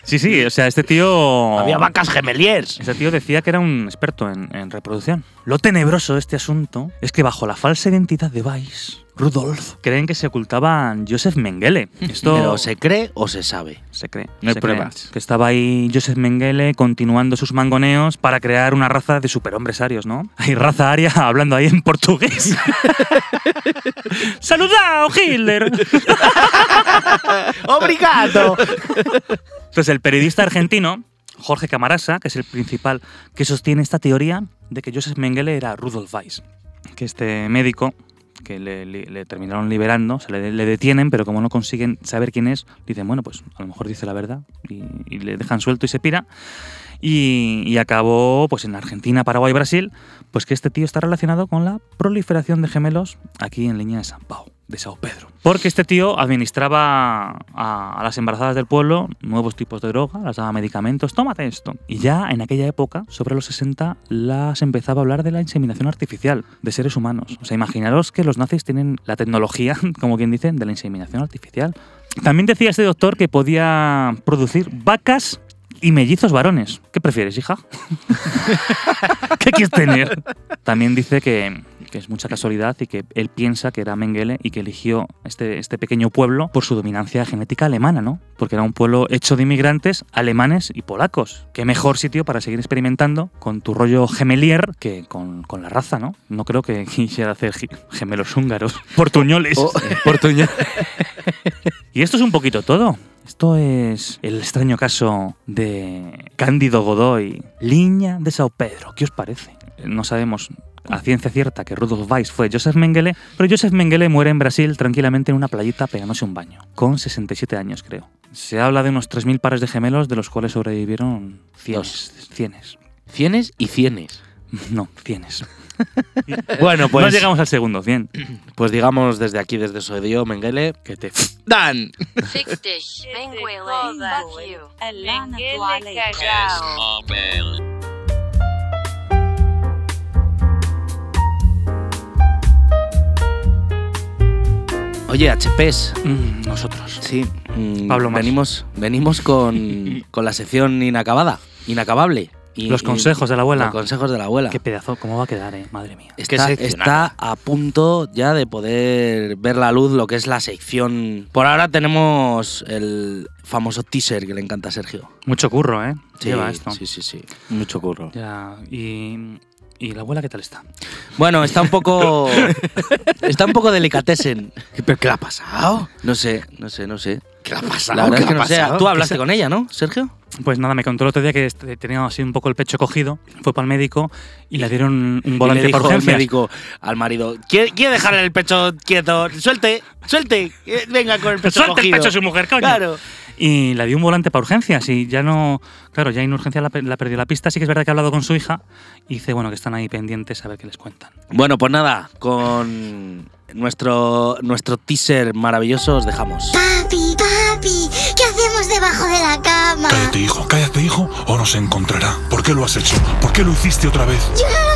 [SPEAKER 2] Sí, sí, o sea, este tío...
[SPEAKER 1] Había vacas gemeliers.
[SPEAKER 2] Ese tío decía que era un experto en, en reproducción. Lo tenebroso de este asunto es que bajo la falsa identidad de Weiss, Rudolf, creen que se ocultaban Joseph Mengele. Esto
[SPEAKER 1] Pero se cree o se sabe.
[SPEAKER 2] se cree.
[SPEAKER 3] No hay
[SPEAKER 2] se
[SPEAKER 3] pruebas.
[SPEAKER 2] cree. Que estaba ahí Joseph Mengele continuando sus mangoneos para crear una raza de superhombres arios, ¿no? Hay raza aria hablando ahí en portugués. ¡Saludao, Hitler!
[SPEAKER 1] ¡Obrigado!
[SPEAKER 2] Entonces, el periodista argentino, Jorge Camarasa, que es el principal que sostiene esta teoría de que Joseph Mengele era Rudolf Weiss, que este médico que le, le- le terminaron liberando, se le, le detienen, pero como no consiguen saber quién es, dicen, bueno, pues a lo mejor dice la verdad y, y le dejan suelto y se pira. Y, y acabó pues en Argentina, Paraguay, Brasil, pues que este tío está relacionado con la proliferación de gemelos aquí en línea de San Pau, de Sao Pedro. Porque este tío administraba a, a las embarazadas del pueblo nuevos tipos de droga, las daba medicamentos, tómate esto. Y ya en aquella época, sobre los 60, las empezaba a hablar de la inseminación artificial de seres humanos. O sea, imaginaros que los nazis tienen la tecnología, como quien dicen, de la inseminación artificial. También decía este doctor que podía producir vacas y mellizos varones. ¿Qué prefieres, hija? ¿Qué quieres tener? También dice que, que es mucha casualidad y que él piensa que era Mengele y que eligió este, este pequeño pueblo por su dominancia genética alemana, ¿no? Porque era un pueblo hecho de inmigrantes alemanes y polacos. Qué mejor sitio para seguir experimentando con tu rollo gemelier que con, con la raza, ¿no? No creo que quisiera hacer gi- gemelos húngaros. Portuñoles.
[SPEAKER 3] Portuñol.
[SPEAKER 2] Y esto es un poquito todo. Esto es el extraño caso de Cándido Godoy, Liña de Sao Pedro. ¿Qué os parece? No sabemos a ciencia cierta que Rudolf Weiss fue Joseph Mengele, pero Joseph Mengele muere en Brasil tranquilamente en una playita pegándose un baño, con 67 años creo. Se habla de unos 3.000 pares de gemelos, de los cuales sobrevivieron cienes. Cienes.
[SPEAKER 1] Cienes y cienes.
[SPEAKER 2] No, cienes.
[SPEAKER 1] Bueno, pues,
[SPEAKER 2] no llegamos al segundo, bien.
[SPEAKER 1] pues digamos desde aquí, desde Sodio Mengele,
[SPEAKER 2] Que te...
[SPEAKER 3] Dan.
[SPEAKER 9] 60. Benguele. Fuck you.
[SPEAKER 5] Mengele
[SPEAKER 9] cagao.
[SPEAKER 1] Oye, HPs.
[SPEAKER 2] Mm, Nosotros.
[SPEAKER 1] Sí. mm,
[SPEAKER 2] Pablo Mas.
[SPEAKER 1] venimos, venimos con, con la sección inacabada, inacabable. Y-
[SPEAKER 2] Los
[SPEAKER 1] y-
[SPEAKER 2] consejos de la abuela.
[SPEAKER 1] Los consejos de la abuela.
[SPEAKER 2] Qué pedazo, ¿cómo va a quedar, eh? Madre mía.
[SPEAKER 1] Está, está a punto ya de poder ver la luz lo que es la sección. Por ahora tenemos el famoso teaser que le encanta a Sergio.
[SPEAKER 2] Mucho curro, ¿eh? Lleva esto.
[SPEAKER 1] sí, sí, sí. Mucho curro.
[SPEAKER 2] Ya, y, y la abuela qué tal está?
[SPEAKER 1] Bueno, está un poco. está un poco delicatesen. ¿Pero qué le ha pasado? No sé, no sé, no sé.
[SPEAKER 3] ¿Qué ha pasado?
[SPEAKER 1] La verdad
[SPEAKER 3] ¿Qué
[SPEAKER 1] es que
[SPEAKER 3] ha
[SPEAKER 1] no sé.
[SPEAKER 3] pasado?
[SPEAKER 1] Tú hablaste con ella, ¿no, Sergio?
[SPEAKER 2] Pues nada, me contó el otro día que est- tenía así un poco el pecho cogido, fue para el médico y le dieron un volante
[SPEAKER 1] y le dijo
[SPEAKER 2] por urgencias.
[SPEAKER 1] el médico al marido: ¿Quiere, quiere dejar el pecho quieto? Suelte, suelte. eh, Venga con el pecho
[SPEAKER 2] Suelta el
[SPEAKER 1] cogido".
[SPEAKER 2] pecho a su mujer, coño.
[SPEAKER 1] Claro.
[SPEAKER 2] Y le dio un volante para urgencias y ya no, claro, ya en urgencias la, pe- la perdió la pista, sí que es verdad que ha hablado con su hija y dice, bueno, que están ahí pendientes a ver qué les cuentan.
[SPEAKER 1] Bueno, pues nada, con nuestro, nuestro teaser maravilloso os dejamos.
[SPEAKER 10] Papi, papi, ¿qué hacemos de debajo de la cama.
[SPEAKER 12] Cállate, hijo, cállate, hijo, o nos encontrará. ¿Por qué lo has hecho? ¿Por qué lo hiciste otra vez?
[SPEAKER 10] Yo no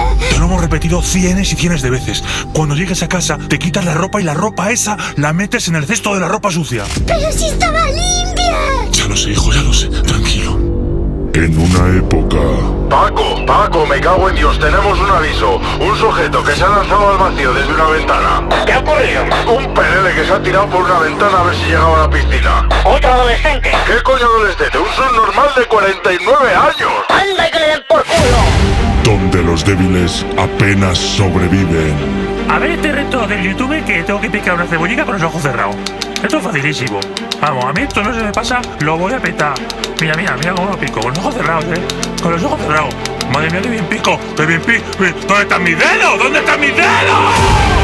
[SPEAKER 10] lo sabía.
[SPEAKER 12] Te lo hemos repetido cienes y cienes de veces. Cuando llegues a casa, te quitas la ropa y la ropa esa la metes en el cesto de la ropa sucia.
[SPEAKER 10] Pero si estaba limpia.
[SPEAKER 12] Ya lo sé, hijo, ya lo sé. Tranquilo.
[SPEAKER 13] En una época.
[SPEAKER 14] Paco, Paco, me cago en Dios, tenemos un aviso. Un sujeto que se ha lanzado al vacío desde una ventana.
[SPEAKER 15] ¿Qué ha ocurrido?
[SPEAKER 14] Un pelele que se ha tirado por una ventana a ver si llegaba a la piscina.
[SPEAKER 15] ¿Otro adolescente?
[SPEAKER 14] ¿Qué coño adolescente? Un subnormal de 49 años.
[SPEAKER 15] ¡Anda que le den por culo!
[SPEAKER 13] Donde los débiles apenas sobreviven.
[SPEAKER 16] A ver este reto del YouTube que tengo que picar una cebollica con los ojos cerrados. Esto es facilísimo. Vamos, a mí esto no se me pasa, lo voy a petar. Mira, mira, mira cómo lo pico, con los ojos cerrados, eh. Con los ojos cerrados. Madre mía, qué bien pico, qué bien pico. ¿Dónde están mis dedos? ¿Dónde están mis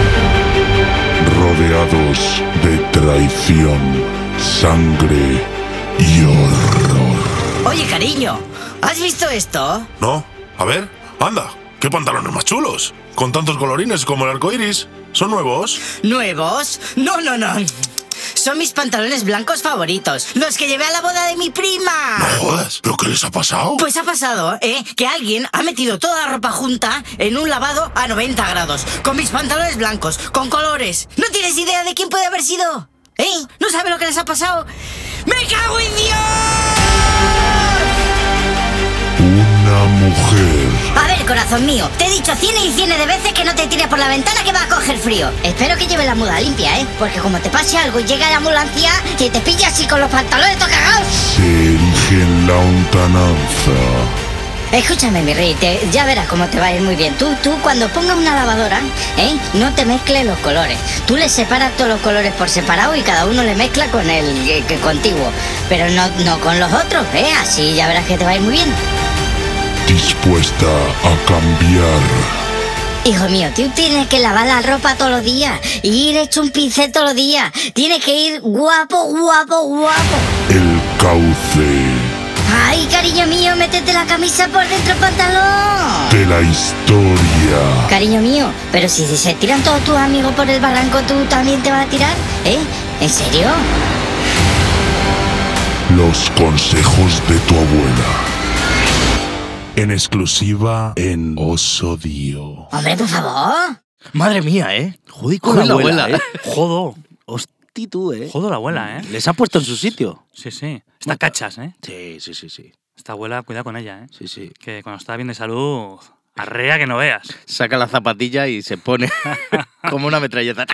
[SPEAKER 16] dedos?
[SPEAKER 13] Rodeados de traición, sangre y horror.
[SPEAKER 11] Oye, cariño, ¿has visto esto?
[SPEAKER 12] No, a ver, anda. ¿Qué pantalones más chulos? Con tantos colorines como el arco iris. ¿Son nuevos?
[SPEAKER 11] ¿Nuevos? No, no, no. Son mis pantalones blancos favoritos, los que llevé a la boda de mi prima.
[SPEAKER 12] No jodas, ¿pero qué les ha pasado?
[SPEAKER 11] Pues ha pasado, ¿eh? Que alguien ha metido toda la ropa junta en un lavado a 90 grados, con mis pantalones blancos, con colores. ¿No tienes idea de quién puede haber sido? ¿Eh? ¿No sabe lo que les ha pasado? ¡Me cago en Dios!
[SPEAKER 13] Una mujer
[SPEAKER 11] a ver, corazón mío, te he dicho cine y cine de veces que no te tires por la ventana que va a coger frío. Espero que lleves la muda limpia, ¿eh? Porque como te pase algo y llega la ambulancia, que te pilla así con los pantalones todos cagados.
[SPEAKER 13] Se erige en la lontananza.
[SPEAKER 11] Escúchame, mi rey, te- ya verás cómo te va a ir muy bien. Tú, tú, cuando pongas una lavadora, ¿eh? No te mezcles los colores. Tú le separas todos los colores por separado y cada uno le mezcla con el eh, que, que contiguo. Pero no, no con los otros, ¿eh? Así ya verás que te va a ir muy bien.
[SPEAKER 13] Dispuesta a cambiar.
[SPEAKER 11] Hijo mío, tú tienes que lavar la ropa todos los días, y ir hecho un pincel todos los días, tienes que ir guapo, guapo, guapo.
[SPEAKER 13] El cauce
[SPEAKER 11] Ay, cariño mío, métete la camisa por dentro del pantalón.
[SPEAKER 13] de la historia.
[SPEAKER 11] Cariño mío, pero si, si se tiran todos tus amigos por el barranco, tú también te vas a tirar, ¿eh? ¿En serio?
[SPEAKER 13] Los consejos de tu abuela.
[SPEAKER 12] En exclusiva en Osodio.
[SPEAKER 11] Hombre, por favor.
[SPEAKER 1] Madre mía, ¿eh? Jodico
[SPEAKER 3] Joder,
[SPEAKER 1] la
[SPEAKER 3] la
[SPEAKER 1] abuela.
[SPEAKER 3] abuela.
[SPEAKER 1] ¿eh? Jodo. Hostitud, ¿eh?
[SPEAKER 2] Jodo la abuela, ¿eh?
[SPEAKER 1] Les ha puesto en su sitio.
[SPEAKER 2] Sí, sí. Está cachas, ¿eh?
[SPEAKER 1] Sí, sí, sí, sí.
[SPEAKER 2] Esta abuela, cuidado con ella, ¿eh?
[SPEAKER 1] Sí, sí.
[SPEAKER 2] Que cuando está bien de salud, arrea que no veas.
[SPEAKER 3] Saca la zapatilla y se pone como una metralleta.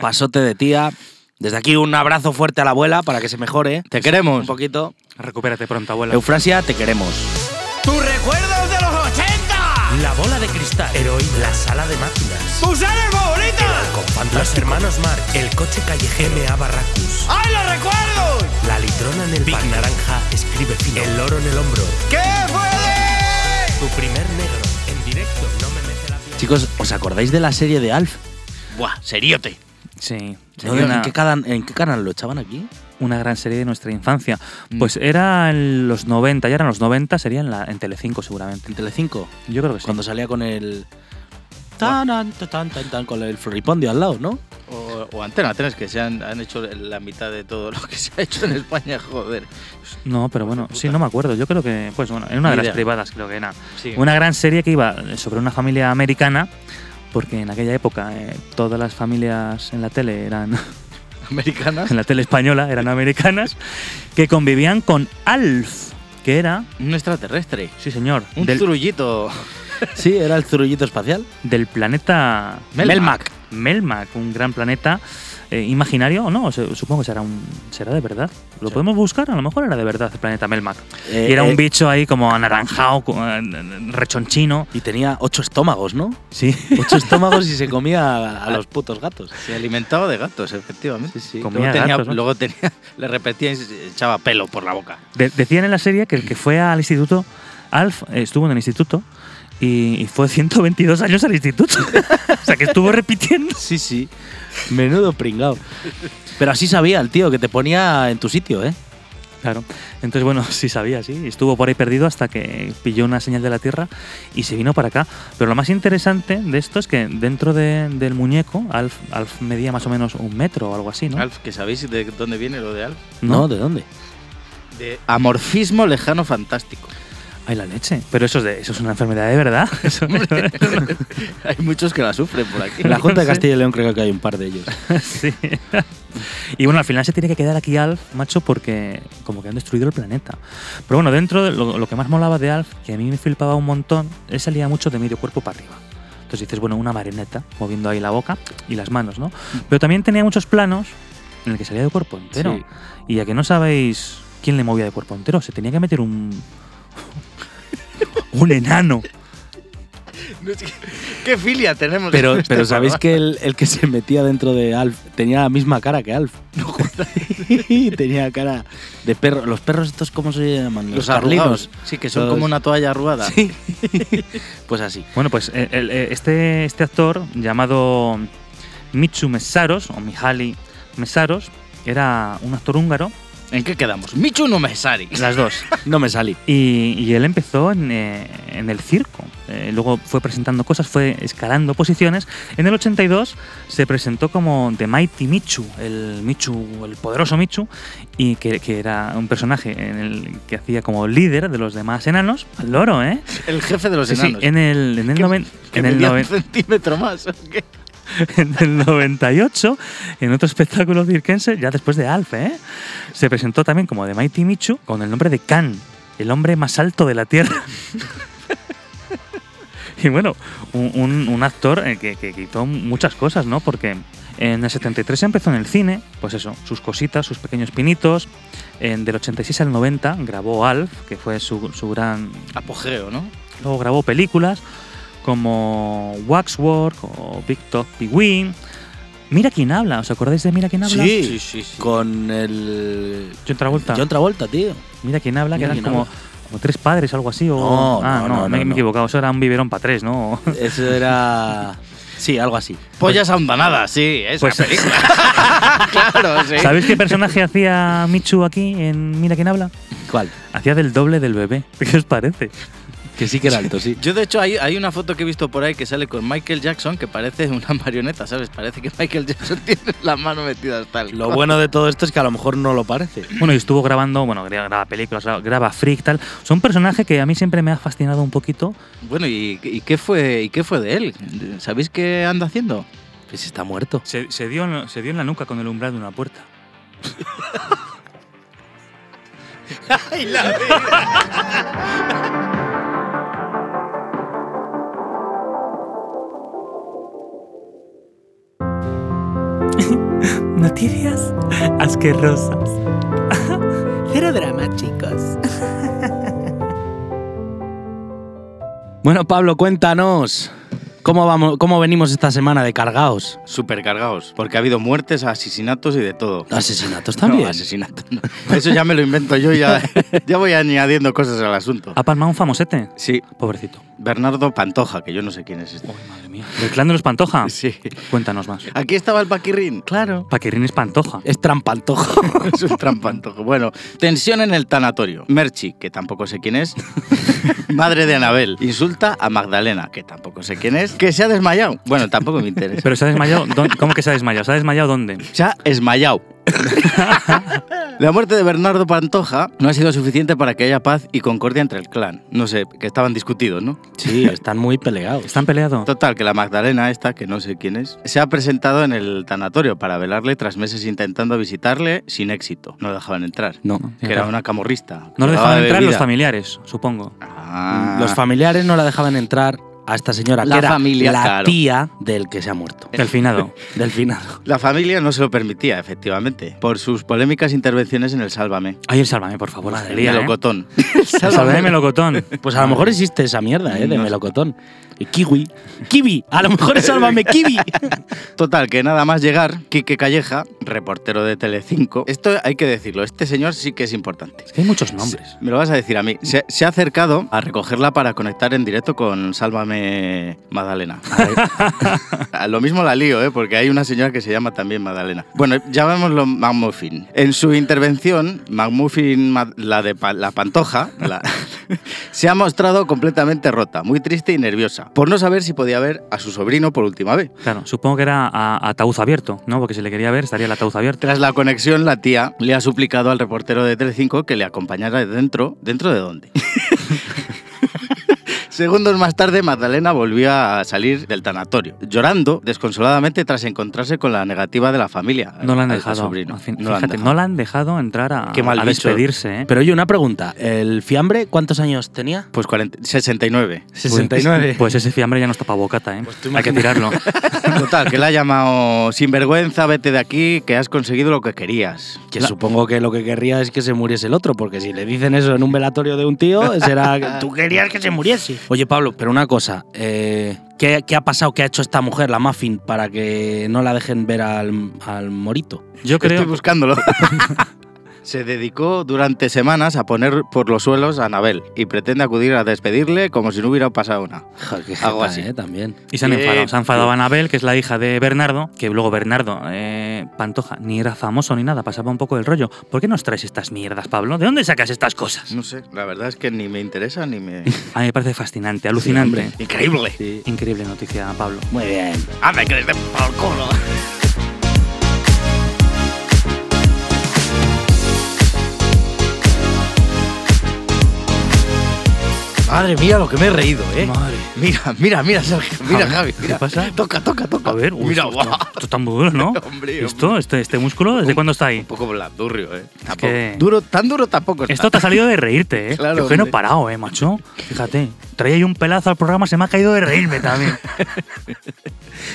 [SPEAKER 1] Pasote de tía. Desde aquí un abrazo fuerte a la abuela para que se mejore.
[SPEAKER 3] Te queremos.
[SPEAKER 1] Un poquito.
[SPEAKER 2] Recupérate pronto, abuela.
[SPEAKER 1] Eufrasia, te queremos.
[SPEAKER 6] ¡Tus recuerdos de los 80!
[SPEAKER 17] La bola de cristal. Heroin. La sala de máquinas.
[SPEAKER 6] ¡Tus series favoritas!
[SPEAKER 17] Con Los hermanos Marx. El coche callejero. M.A. Barracus.
[SPEAKER 6] ¡Ay, los recuerdos!
[SPEAKER 17] La litrona en el Big Naranja. Escribe fino. El loro en el hombro.
[SPEAKER 6] ¿Qué fue
[SPEAKER 17] Tu primer negro. En directo. No me mece la piel.
[SPEAKER 1] Chicos, ¿os acordáis de la serie de Alf?
[SPEAKER 3] Buah, seriote.
[SPEAKER 2] Sí.
[SPEAKER 1] ¿Dónde-
[SPEAKER 2] Una-
[SPEAKER 1] ¿En, qué cadan- en qué canal lo echaban aquí?
[SPEAKER 2] una gran serie de nuestra infancia.
[SPEAKER 3] Mm.
[SPEAKER 2] Pues era en los 90, ya eran los 90, sería en, la, en Telecinco seguramente.
[SPEAKER 1] ¿En Telecinco?
[SPEAKER 2] Yo creo que sí.
[SPEAKER 1] Cuando salía con el. Tan, tan, tan, tan, tan, con el floripondio al lado, ¿no?
[SPEAKER 3] O, o antena, antenas que se han, han hecho la mitad de todo lo que se ha hecho en España, joder.
[SPEAKER 2] No, pero bueno, sí, no me acuerdo. Yo creo que, pues bueno, en una
[SPEAKER 3] Ni
[SPEAKER 2] de las
[SPEAKER 3] idea.
[SPEAKER 2] privadas creo que era.
[SPEAKER 3] Sí.
[SPEAKER 2] Una gran serie que iba sobre una familia americana, porque en aquella época eh, todas las familias en la tele eran,
[SPEAKER 3] Americanas.
[SPEAKER 2] en la tele española eran americanas, que convivían con Alf, que era,
[SPEAKER 3] Un extraterrestre.
[SPEAKER 2] sí señor,
[SPEAKER 3] Un
[SPEAKER 2] del,
[SPEAKER 3] zurullito.
[SPEAKER 1] Sí, era el zurullito espacial.
[SPEAKER 2] del planeta
[SPEAKER 1] Melmac.
[SPEAKER 2] Melmac, un gran planeta eh, imaginario, ¿o no? Se- Supongo que será, un, será de verdad. Lo podemos buscar, a lo mejor era de verdad el planeta Melmac.
[SPEAKER 1] Eh,
[SPEAKER 2] y era
[SPEAKER 1] eh.
[SPEAKER 2] un bicho ahí como anaranjado, co- eh, rechonchino.
[SPEAKER 1] Y tenía ocho estómagos, ¿no?
[SPEAKER 2] Sí.
[SPEAKER 1] Ocho estómagos y se comía a, a los putos gatos.
[SPEAKER 3] Se alimentaba de gatos, efectivamente.
[SPEAKER 2] Comía
[SPEAKER 3] luego, tenía,
[SPEAKER 2] gatos, ¿no?
[SPEAKER 3] luego tenía- le repetía y se echaba pelo por la boca.
[SPEAKER 2] De- decían en la serie que el que fue al instituto, Alf eh, estuvo en el instituto y, y fue 122 años al instituto. o sea que estuvo repitiendo.
[SPEAKER 1] Sí, sí. Menudo pringao. Pero así sabía el tío, que te ponía en tu sitio, ¿eh?
[SPEAKER 2] Claro. Entonces, bueno, sí sabía, sí. Estuvo por ahí perdido hasta que pilló una señal de la Tierra y se vino para acá. Pero lo más interesante de esto es que dentro de- del muñeco, Alf, Alf medía más o menos un metro o algo así, ¿no?
[SPEAKER 3] Alf, que sabéis de dónde viene lo de Alf.
[SPEAKER 2] No, ¿de dónde?
[SPEAKER 3] De amorfismo lejano fantástico.
[SPEAKER 2] Ay, la leche. Pero eso es, de- eso es una enfermedad de verdad. Eso-
[SPEAKER 3] Hay muchos que la sufren por aquí.
[SPEAKER 1] En la Junta de
[SPEAKER 2] Sí.
[SPEAKER 1] Castilla y León creo que hay un par de ellos.
[SPEAKER 2] sí. Y bueno, al final se tiene que quedar aquí Alf, macho, porque como que han destruido el planeta. Pero bueno, dentro de lo, lo que más molaba de Alf, que a mí me flipaba un montón, él salía mucho de medio cuerpo para arriba. Entonces dices, bueno, una marioneta, moviendo ahí la boca y las manos, ¿no? Pero también tenía muchos planos en el que salía de cuerpo entero.
[SPEAKER 3] Sí.
[SPEAKER 2] Y ya que no sabéis quién le movía de cuerpo entero, se tenía que meter un. un enano.
[SPEAKER 3] ¿Qué filia tenemos?
[SPEAKER 1] Pero,
[SPEAKER 3] en este
[SPEAKER 1] pero sabéis
[SPEAKER 3] programa?
[SPEAKER 1] que el, el que se metía dentro de Alf tenía la misma cara que Alf. tenía cara de perro. Los perros estos, ¿cómo se llaman?
[SPEAKER 3] Los arrugados. Sí, que son
[SPEAKER 1] Los-
[SPEAKER 3] como una toalla arrugada.
[SPEAKER 1] Sí. pues así.
[SPEAKER 2] Bueno, pues eh, el- eh, este, este actor llamado Michu Mesaros, o Mihaly Mesaros, era un actor húngaro.
[SPEAKER 3] ¿En qué quedamos? ¿Michu no Mesari?
[SPEAKER 2] Las dos.
[SPEAKER 1] no me salí.
[SPEAKER 2] Y, y él empezó en, eh, en el circo. Eh, luego fue presentando cosas, fue escalando posiciones. En el 82 se presentó como The Mighty Michu, el Michu, el poderoso Michu, y que, que era un personaje en el que hacía como líder de los demás enanos. Al loro, ¿eh?
[SPEAKER 3] El jefe de los
[SPEAKER 2] Sí, sí,
[SPEAKER 3] enanos.
[SPEAKER 2] en el, en el, noven-
[SPEAKER 3] que
[SPEAKER 2] en el
[SPEAKER 3] medía
[SPEAKER 2] noven-
[SPEAKER 3] un centímetro más. ¿o qué?
[SPEAKER 2] en el 98, en otro espectáculo cirquense, ya después de Alf, ¿eh? se presentó también como de Mighty Michu con el nombre de Khan, el hombre más alto de la Tierra. y bueno, un, un- un actor eh, que, que quitó muchas cosas, ¿no? Porque en el 73 empezó en el cine, pues eso, sus cositas, sus pequeños pinitos. En, del 86 al 90 grabó Alf, que fue su, su gran
[SPEAKER 3] Apogeo, ¿no?
[SPEAKER 2] Luego grabó películas como Waxwork o Big Top Win. Mira quién habla, ¿os acordáis de Mira quién habla?
[SPEAKER 1] Sí, Con el.
[SPEAKER 2] John Travolta.
[SPEAKER 1] John Travolta, tío.
[SPEAKER 2] Mira quién habla, que
[SPEAKER 1] Mira
[SPEAKER 2] eran
[SPEAKER 1] quién
[SPEAKER 2] como,
[SPEAKER 1] habla.
[SPEAKER 2] como tres padres o algo así. O...
[SPEAKER 1] No,
[SPEAKER 2] ah,
[SPEAKER 1] no,
[SPEAKER 2] no, me,
[SPEAKER 1] no, no,
[SPEAKER 2] me he
[SPEAKER 1] no.
[SPEAKER 2] equivocado, eso era un biberón para tres, ¿no?
[SPEAKER 1] Eso era. Sí, algo así.
[SPEAKER 3] Pollas ahondanadas, sí, esa
[SPEAKER 2] Pues-
[SPEAKER 3] película. claro, sí.
[SPEAKER 2] ¿Sabéis qué personaje hacía Michu aquí en Mira quién habla?
[SPEAKER 1] ¿Cuál?
[SPEAKER 2] Hacía del doble del bebé. ¿Qué os parece?
[SPEAKER 1] Que sí que era alto, sí.
[SPEAKER 3] Yo, de hecho, hay, hay una foto que he visto por ahí que sale con Michael Jackson que parece una marioneta, ¿sabes? Parece que Michael Jackson tiene la mano metida hasta el.
[SPEAKER 1] Lo bueno de todo esto es que a lo mejor no lo parece.
[SPEAKER 2] Bueno, y estuvo grabando, bueno, gra- graba películas, gra- graba freak, tal. Son personajes que a mí siempre me ha fascinado un poquito.
[SPEAKER 3] Bueno, ¿y, y qué fue, ¿y qué fue de él? ¿Sabéis qué anda haciendo?
[SPEAKER 1] Pues está muerto.
[SPEAKER 2] Se, se dio, en- se dio en la nuca con el umbral de una puerta. Noticias asquerosas.
[SPEAKER 18] Cero drama, chicos.
[SPEAKER 1] Bueno, Pablo, cuéntanos. ¿Cómo, vamos, ¿Cómo venimos esta semana de cargaos?
[SPEAKER 3] Supercargados, porque ha habido muertes, asesinatos y de todo.
[SPEAKER 1] ¿Asesinatos también?
[SPEAKER 3] No, asesinatos. no. Eso ya me lo invento yo, ya, ya voy añadiendo cosas al asunto.
[SPEAKER 2] ¿Ha palmado un famosete?
[SPEAKER 3] Sí,
[SPEAKER 2] Pobrecito.
[SPEAKER 3] Bernardo Pantoja, que yo no sé quién es este.
[SPEAKER 2] ¿El clan de los Pantoja? Sí. Cuéntanos más.
[SPEAKER 3] Aquí estaba el Paquirrín. Claro.
[SPEAKER 2] Paquirrín es Pantoja.
[SPEAKER 1] Es trampantojo.
[SPEAKER 3] es un trampantojo. Bueno, tensión en el tanatorio. Merchi, que tampoco sé quién es. Madre de Anabel. Insulta a Magdalena, que tampoco sé quién es. Que se ha desmayado. Bueno, tampoco me interesa.
[SPEAKER 2] Pero se ha desmayado. ¿dó- ¿Cómo que se ha desmayado? ¿Se ha desmayado dónde?
[SPEAKER 3] Se ha esmayado. La muerte de Bernardo Pantoja no ha sido suficiente para que haya paz y concordia entre el clan. No sé, que estaban discutidos, ¿no?
[SPEAKER 1] Sí, están muy peleados.
[SPEAKER 2] ¿Están peleados?
[SPEAKER 3] Total, que la Magdalena esta, que no sé quién es, se ha presentado en el tanatorio para velarle tras meses intentando visitarle sin éxito. No lo dejaban entrar.
[SPEAKER 1] No.
[SPEAKER 3] Que era una camorrista.
[SPEAKER 2] No lo dejaban
[SPEAKER 3] Llevaba
[SPEAKER 2] entrar los
[SPEAKER 3] bebida.
[SPEAKER 2] familiares, supongo.
[SPEAKER 3] Ah.
[SPEAKER 1] Los familiares no la dejaban entrar a esta señora,
[SPEAKER 3] La
[SPEAKER 1] que era
[SPEAKER 3] familia,
[SPEAKER 1] la
[SPEAKER 3] claro.
[SPEAKER 1] tía del que se ha muerto.
[SPEAKER 2] Del finado.
[SPEAKER 1] Del finado.
[SPEAKER 3] La familia no se lo permitía, efectivamente, por sus polémicas intervenciones en el Sálvame.
[SPEAKER 2] Ay, el sálvame, por favor.
[SPEAKER 3] El
[SPEAKER 2] Angelía, ¿eh?
[SPEAKER 3] melocotón.
[SPEAKER 2] El sálvame melocotón.
[SPEAKER 1] Pues a lo mejor existe esa mierda, ¿eh? De
[SPEAKER 3] No sé.
[SPEAKER 1] melocotón. Y kiwi. Kiwi. A lo mejor es sálvame kiwi.
[SPEAKER 3] ¿Eh? Total, que nada más llegar, Quique Calleja, reportero de Telecinco. Esto hay que decirlo, este señor sí que es importante.
[SPEAKER 2] Es
[SPEAKER 3] Pues,
[SPEAKER 2] que hay muchos nombres.
[SPEAKER 3] Me lo vas a decir a mí. Se, se ha acercado a recogerla para conectar en directo con Sálvame llame Madalena. A lo mismo la lío, ¿eh? porque hay una señora que se llama también Madalena. Bueno, llamémoslo McMuffin. En su intervención, McMuffin, ma- la de pa- la pantoja, la- se ha mostrado completamente rota, muy triste y nerviosa, por no saber si podía ver a su sobrino por última vez.
[SPEAKER 2] Claro, supongo que era a, ataúd abierto, ¿no? Porque si le quería ver, estaría el ataúd abierto.
[SPEAKER 3] Tras la conexión, la tía le ha suplicado al reportero de Telecinco que le acompañara dentro. ¿Dentro de dónde? Segundos más tarde, Magdalena volvió a salir del tanatorio, llorando desconsoladamente tras encontrarse con la negativa de la familia.
[SPEAKER 2] No la han
[SPEAKER 3] al- al
[SPEAKER 2] dejado.
[SPEAKER 3] sobrino.
[SPEAKER 2] al fin-
[SPEAKER 3] No la han
[SPEAKER 2] fíjate,
[SPEAKER 3] dejado.
[SPEAKER 2] no la han dejado entrar a,
[SPEAKER 3] Qué mal
[SPEAKER 2] a
[SPEAKER 3] bicho.
[SPEAKER 2] despedirse, ¿eh?
[SPEAKER 1] Pero oye, una pregunta. ¿El fiambre cuántos años tenía?
[SPEAKER 3] Pues 40 69.
[SPEAKER 2] Uy, Pues ese fiambre ya no está para bocata, ¿eh?
[SPEAKER 3] Pues
[SPEAKER 2] Hay que tirarlo.
[SPEAKER 3] Total, que la ha llamado sinvergüenza, vete de aquí, que has conseguido lo que querías.
[SPEAKER 1] Que supongo que lo que querría es que se muriese el otro, porque si le dicen eso en un velatorio de un tío, será que tú querías que se muriese. Oye, Pablo, pero una cosa, eh, ¿qué, qué ha pasado, qué ha hecho esta mujer, la Muffin, para que no la dejen ver al, al morito?
[SPEAKER 2] Yo
[SPEAKER 3] Estoy buscándolo. Se dedicó durante semanas a poner por los suelos a Anabel y pretende acudir a despedirle como si no hubiera pasado nada.
[SPEAKER 1] Joder, qué
[SPEAKER 3] Algo
[SPEAKER 1] jeta,
[SPEAKER 3] así.
[SPEAKER 1] eh, también.
[SPEAKER 2] Y se han
[SPEAKER 3] Eh,
[SPEAKER 2] enfadado. Se ha enfadado
[SPEAKER 3] tío.
[SPEAKER 2] Anabel, que es la hija de Bernardo, que luego Bernardo, eh, Pantoja, ni era famoso ni nada, pasaba un poco el rollo. ¿Por qué nos traes estas mierdas, Pablo? ¿De dónde sacas estas cosas?
[SPEAKER 3] No sé, la verdad es que ni me interesa ni me...
[SPEAKER 2] A mí me parece fascinante, alucinante.
[SPEAKER 3] hombre, increíble.
[SPEAKER 2] Sí. Increíble noticia, Pablo.
[SPEAKER 1] Muy bien.
[SPEAKER 3] ¡Anda, que les den por culo! Madre mía, lo que me he reído, ¿eh?
[SPEAKER 2] Madre.
[SPEAKER 3] Mira, mira, mira, Sergio, mira,
[SPEAKER 2] A ver,
[SPEAKER 3] Javi,
[SPEAKER 2] ¿qué
[SPEAKER 3] mira.
[SPEAKER 2] pasa?
[SPEAKER 3] Toca, toca, toca.
[SPEAKER 2] A ver, uy,
[SPEAKER 3] mira,
[SPEAKER 2] esto,
[SPEAKER 3] guau.
[SPEAKER 2] está- esto está muy duro, ¿no?
[SPEAKER 3] Hombre,
[SPEAKER 2] Esto, este, este músculo, ¿desde cuándo está ahí?
[SPEAKER 3] Un poco blandurrio, ¿eh? Tampoco.
[SPEAKER 2] que-
[SPEAKER 3] Duro, tan duro tampoco está.
[SPEAKER 2] Esto te ha salido de reírte, ¿eh?
[SPEAKER 3] Claro,
[SPEAKER 2] Yo que no he
[SPEAKER 3] hombre.
[SPEAKER 2] parado, ¿eh, macho? Fíjate, traía yo un pelazo al programa, se me ha caído de reírme también.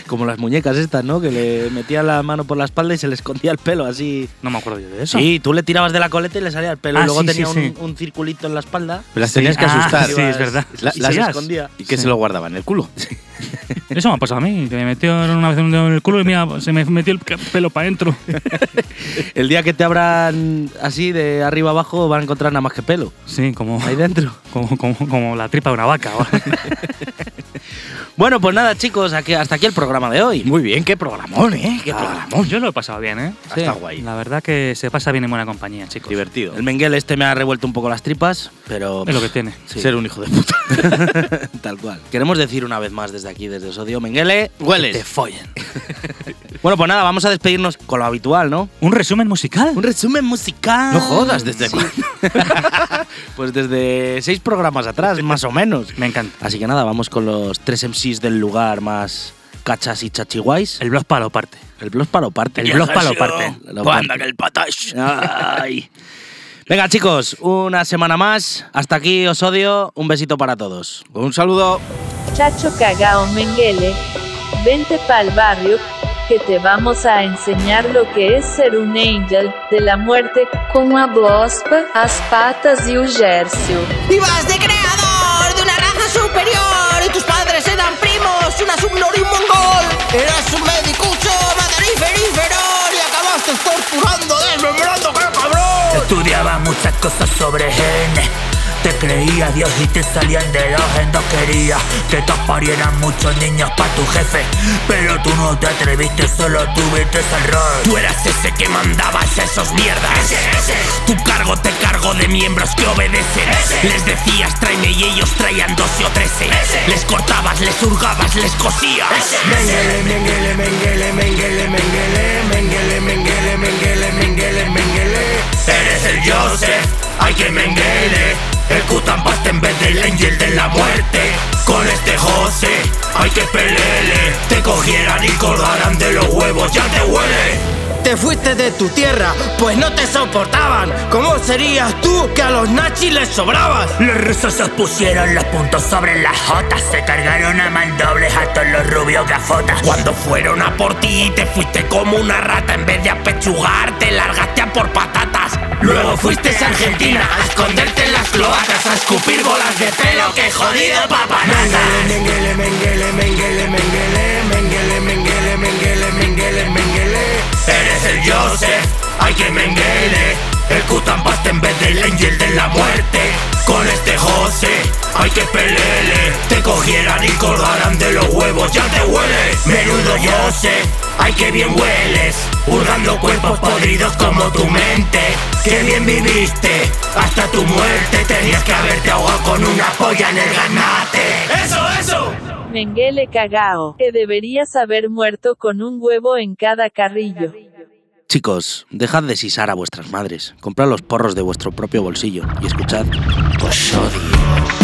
[SPEAKER 1] Como las muñecas estas, ¿no? Que le metía la mano por la espalda y se le escondía el pelo así.
[SPEAKER 2] No me acuerdo yo de eso.
[SPEAKER 1] Sí, tú le tirabas de la coleta y le salía el pelo.
[SPEAKER 2] Ah,
[SPEAKER 1] y luego
[SPEAKER 2] sí,
[SPEAKER 1] tenía
[SPEAKER 2] sí, sí.
[SPEAKER 1] un, un circulito en la espalda.
[SPEAKER 3] Pero las
[SPEAKER 2] Sí,
[SPEAKER 3] tenías que
[SPEAKER 2] ah,
[SPEAKER 3] asustar.
[SPEAKER 2] sí, es verdad.
[SPEAKER 3] La-
[SPEAKER 1] Y
[SPEAKER 3] las-
[SPEAKER 1] se escondía.
[SPEAKER 3] ¿Y que
[SPEAKER 2] Sí.
[SPEAKER 3] se lo guardaban? ¿El culo?
[SPEAKER 2] Eso me ha pasado a mí, que me metió una vez un dedo en el culo y mira, se me metió el pelo para adentro.
[SPEAKER 1] El día que te abran así de arriba abajo van a encontrar nada más que pelo.
[SPEAKER 2] Sí, como,
[SPEAKER 1] Ahí dentro.
[SPEAKER 2] como, como, como la tripa de una vaca.
[SPEAKER 1] Bueno, pues nada, chicos, aquí- hasta aquí el programa de hoy.
[SPEAKER 3] Muy bien, qué programón, ¿eh?
[SPEAKER 2] Ah,
[SPEAKER 3] Qué
[SPEAKER 2] Vamos, Yo lo he pasado bien, ¿eh?
[SPEAKER 1] Sí.
[SPEAKER 3] Está guay.
[SPEAKER 2] La verdad que se pasa bien en buena compañía, chicos.
[SPEAKER 3] Divertido.
[SPEAKER 1] El Menguel este me ha revuelto un poco las tripas, pero.
[SPEAKER 2] Es lo que tiene.
[SPEAKER 1] Sí.
[SPEAKER 3] Ser un hijo de puta.
[SPEAKER 1] Tal cual. Queremos decir una vez más desde aquí, desde Sodio Menguele.
[SPEAKER 3] Hueles.
[SPEAKER 1] que Te follen. bueno, pues nada, vamos a despedirnos con lo habitual, ¿no?
[SPEAKER 2] ¿Un resumen musical?
[SPEAKER 1] Un resumen musical.
[SPEAKER 3] No jodas, ¿desde cuándo?
[SPEAKER 1] pues desde seis programas atrás, más o menos.
[SPEAKER 2] Me encanta.
[SPEAKER 1] Así que nada, vamos con los tres MCs del lugar más cachas y chachiguays.
[SPEAKER 2] El blog para lo parte.
[SPEAKER 1] El blog para lo parte.
[SPEAKER 2] El blog para lo parte.
[SPEAKER 1] Lo parte.
[SPEAKER 3] el patash.
[SPEAKER 1] Ay. Venga, chicos, una semana más. Hasta aquí os odio. Un besito para todos.
[SPEAKER 3] Un saludo.
[SPEAKER 19] Chacho Cagao Menguele, vente pa'l barrio, que te vamos a enseñar lo que es ser un angel de la muerte,
[SPEAKER 8] Com a
[SPEAKER 19] pues,
[SPEAKER 8] Blospa, as patas e o Gércio.
[SPEAKER 10] Vivas de creador de una raza superior y tus padres eran primos, una subnor y un mongol. Eras un medicucho, mataríferífero y acabaste torturando, desmembrando, qué cabrón.
[SPEAKER 17] Estudiaba muchas cosas sobre genes. Te creía Dios y te salían de los endos. Quería que te parieran muchos niños para tu jefe. Pero tú no te atreviste, solo tuviste ese error. Tú eras ese que mandabas a esos mierdas. Tu cargo te cargo de miembros que obedecen. Les decías tráeme y ellos traían dos o trece. Les cortabas, les hurgabas, les cosías. Mengele, mengele, mengele, mengele, mengele, mengele, mengele, mengele, mengele, mengele. Eres el Joseph, hay que menguele El Cutampaste en vez del Angel de la muerte Con este José, hay que pelele Te cogieran y colgaran de los huevos, ya te huele
[SPEAKER 6] Te fuiste de tu tierra, pues no te soportaban. ¿Cómo serías tú que a los nachis les sobrabas?
[SPEAKER 17] Los rusos os pusieron los puntos sobre las jotas Se cargaron a mandobles a todos los rubios gafotas Cuando fueron a por ti te fuiste como una rata En vez de apechugar te largaste a por patatas Luego fuiste a Argentina a esconderte en las cloacas A escupir bolas de pelo que jodido papanata Mengele, mengele, mengele, mengele, mengele, mengele, mengele, mengele, mengele Eres el Joseph, hay que menguele el Cutampaste en vez del Angel de la muerte Con este José hay que pelele. Te cogieran y colgaran de los huevos, ya te hueles. Menudo yo sé, ay que bien hueles. Hurgando cuerpos podridos como tu mente. Que bien viviste, hasta tu muerte. Tenías que haberte ahogado con una polla en el ganate. ¡Eso, eso!
[SPEAKER 19] Menguele cagao, que deberías haber muerto con un huevo en cada carrillo.
[SPEAKER 1] Chicos, dejad de sisar a vuestras madres, comprad los porros de vuestro propio bolsillo y escuchad.
[SPEAKER 6] Os odio.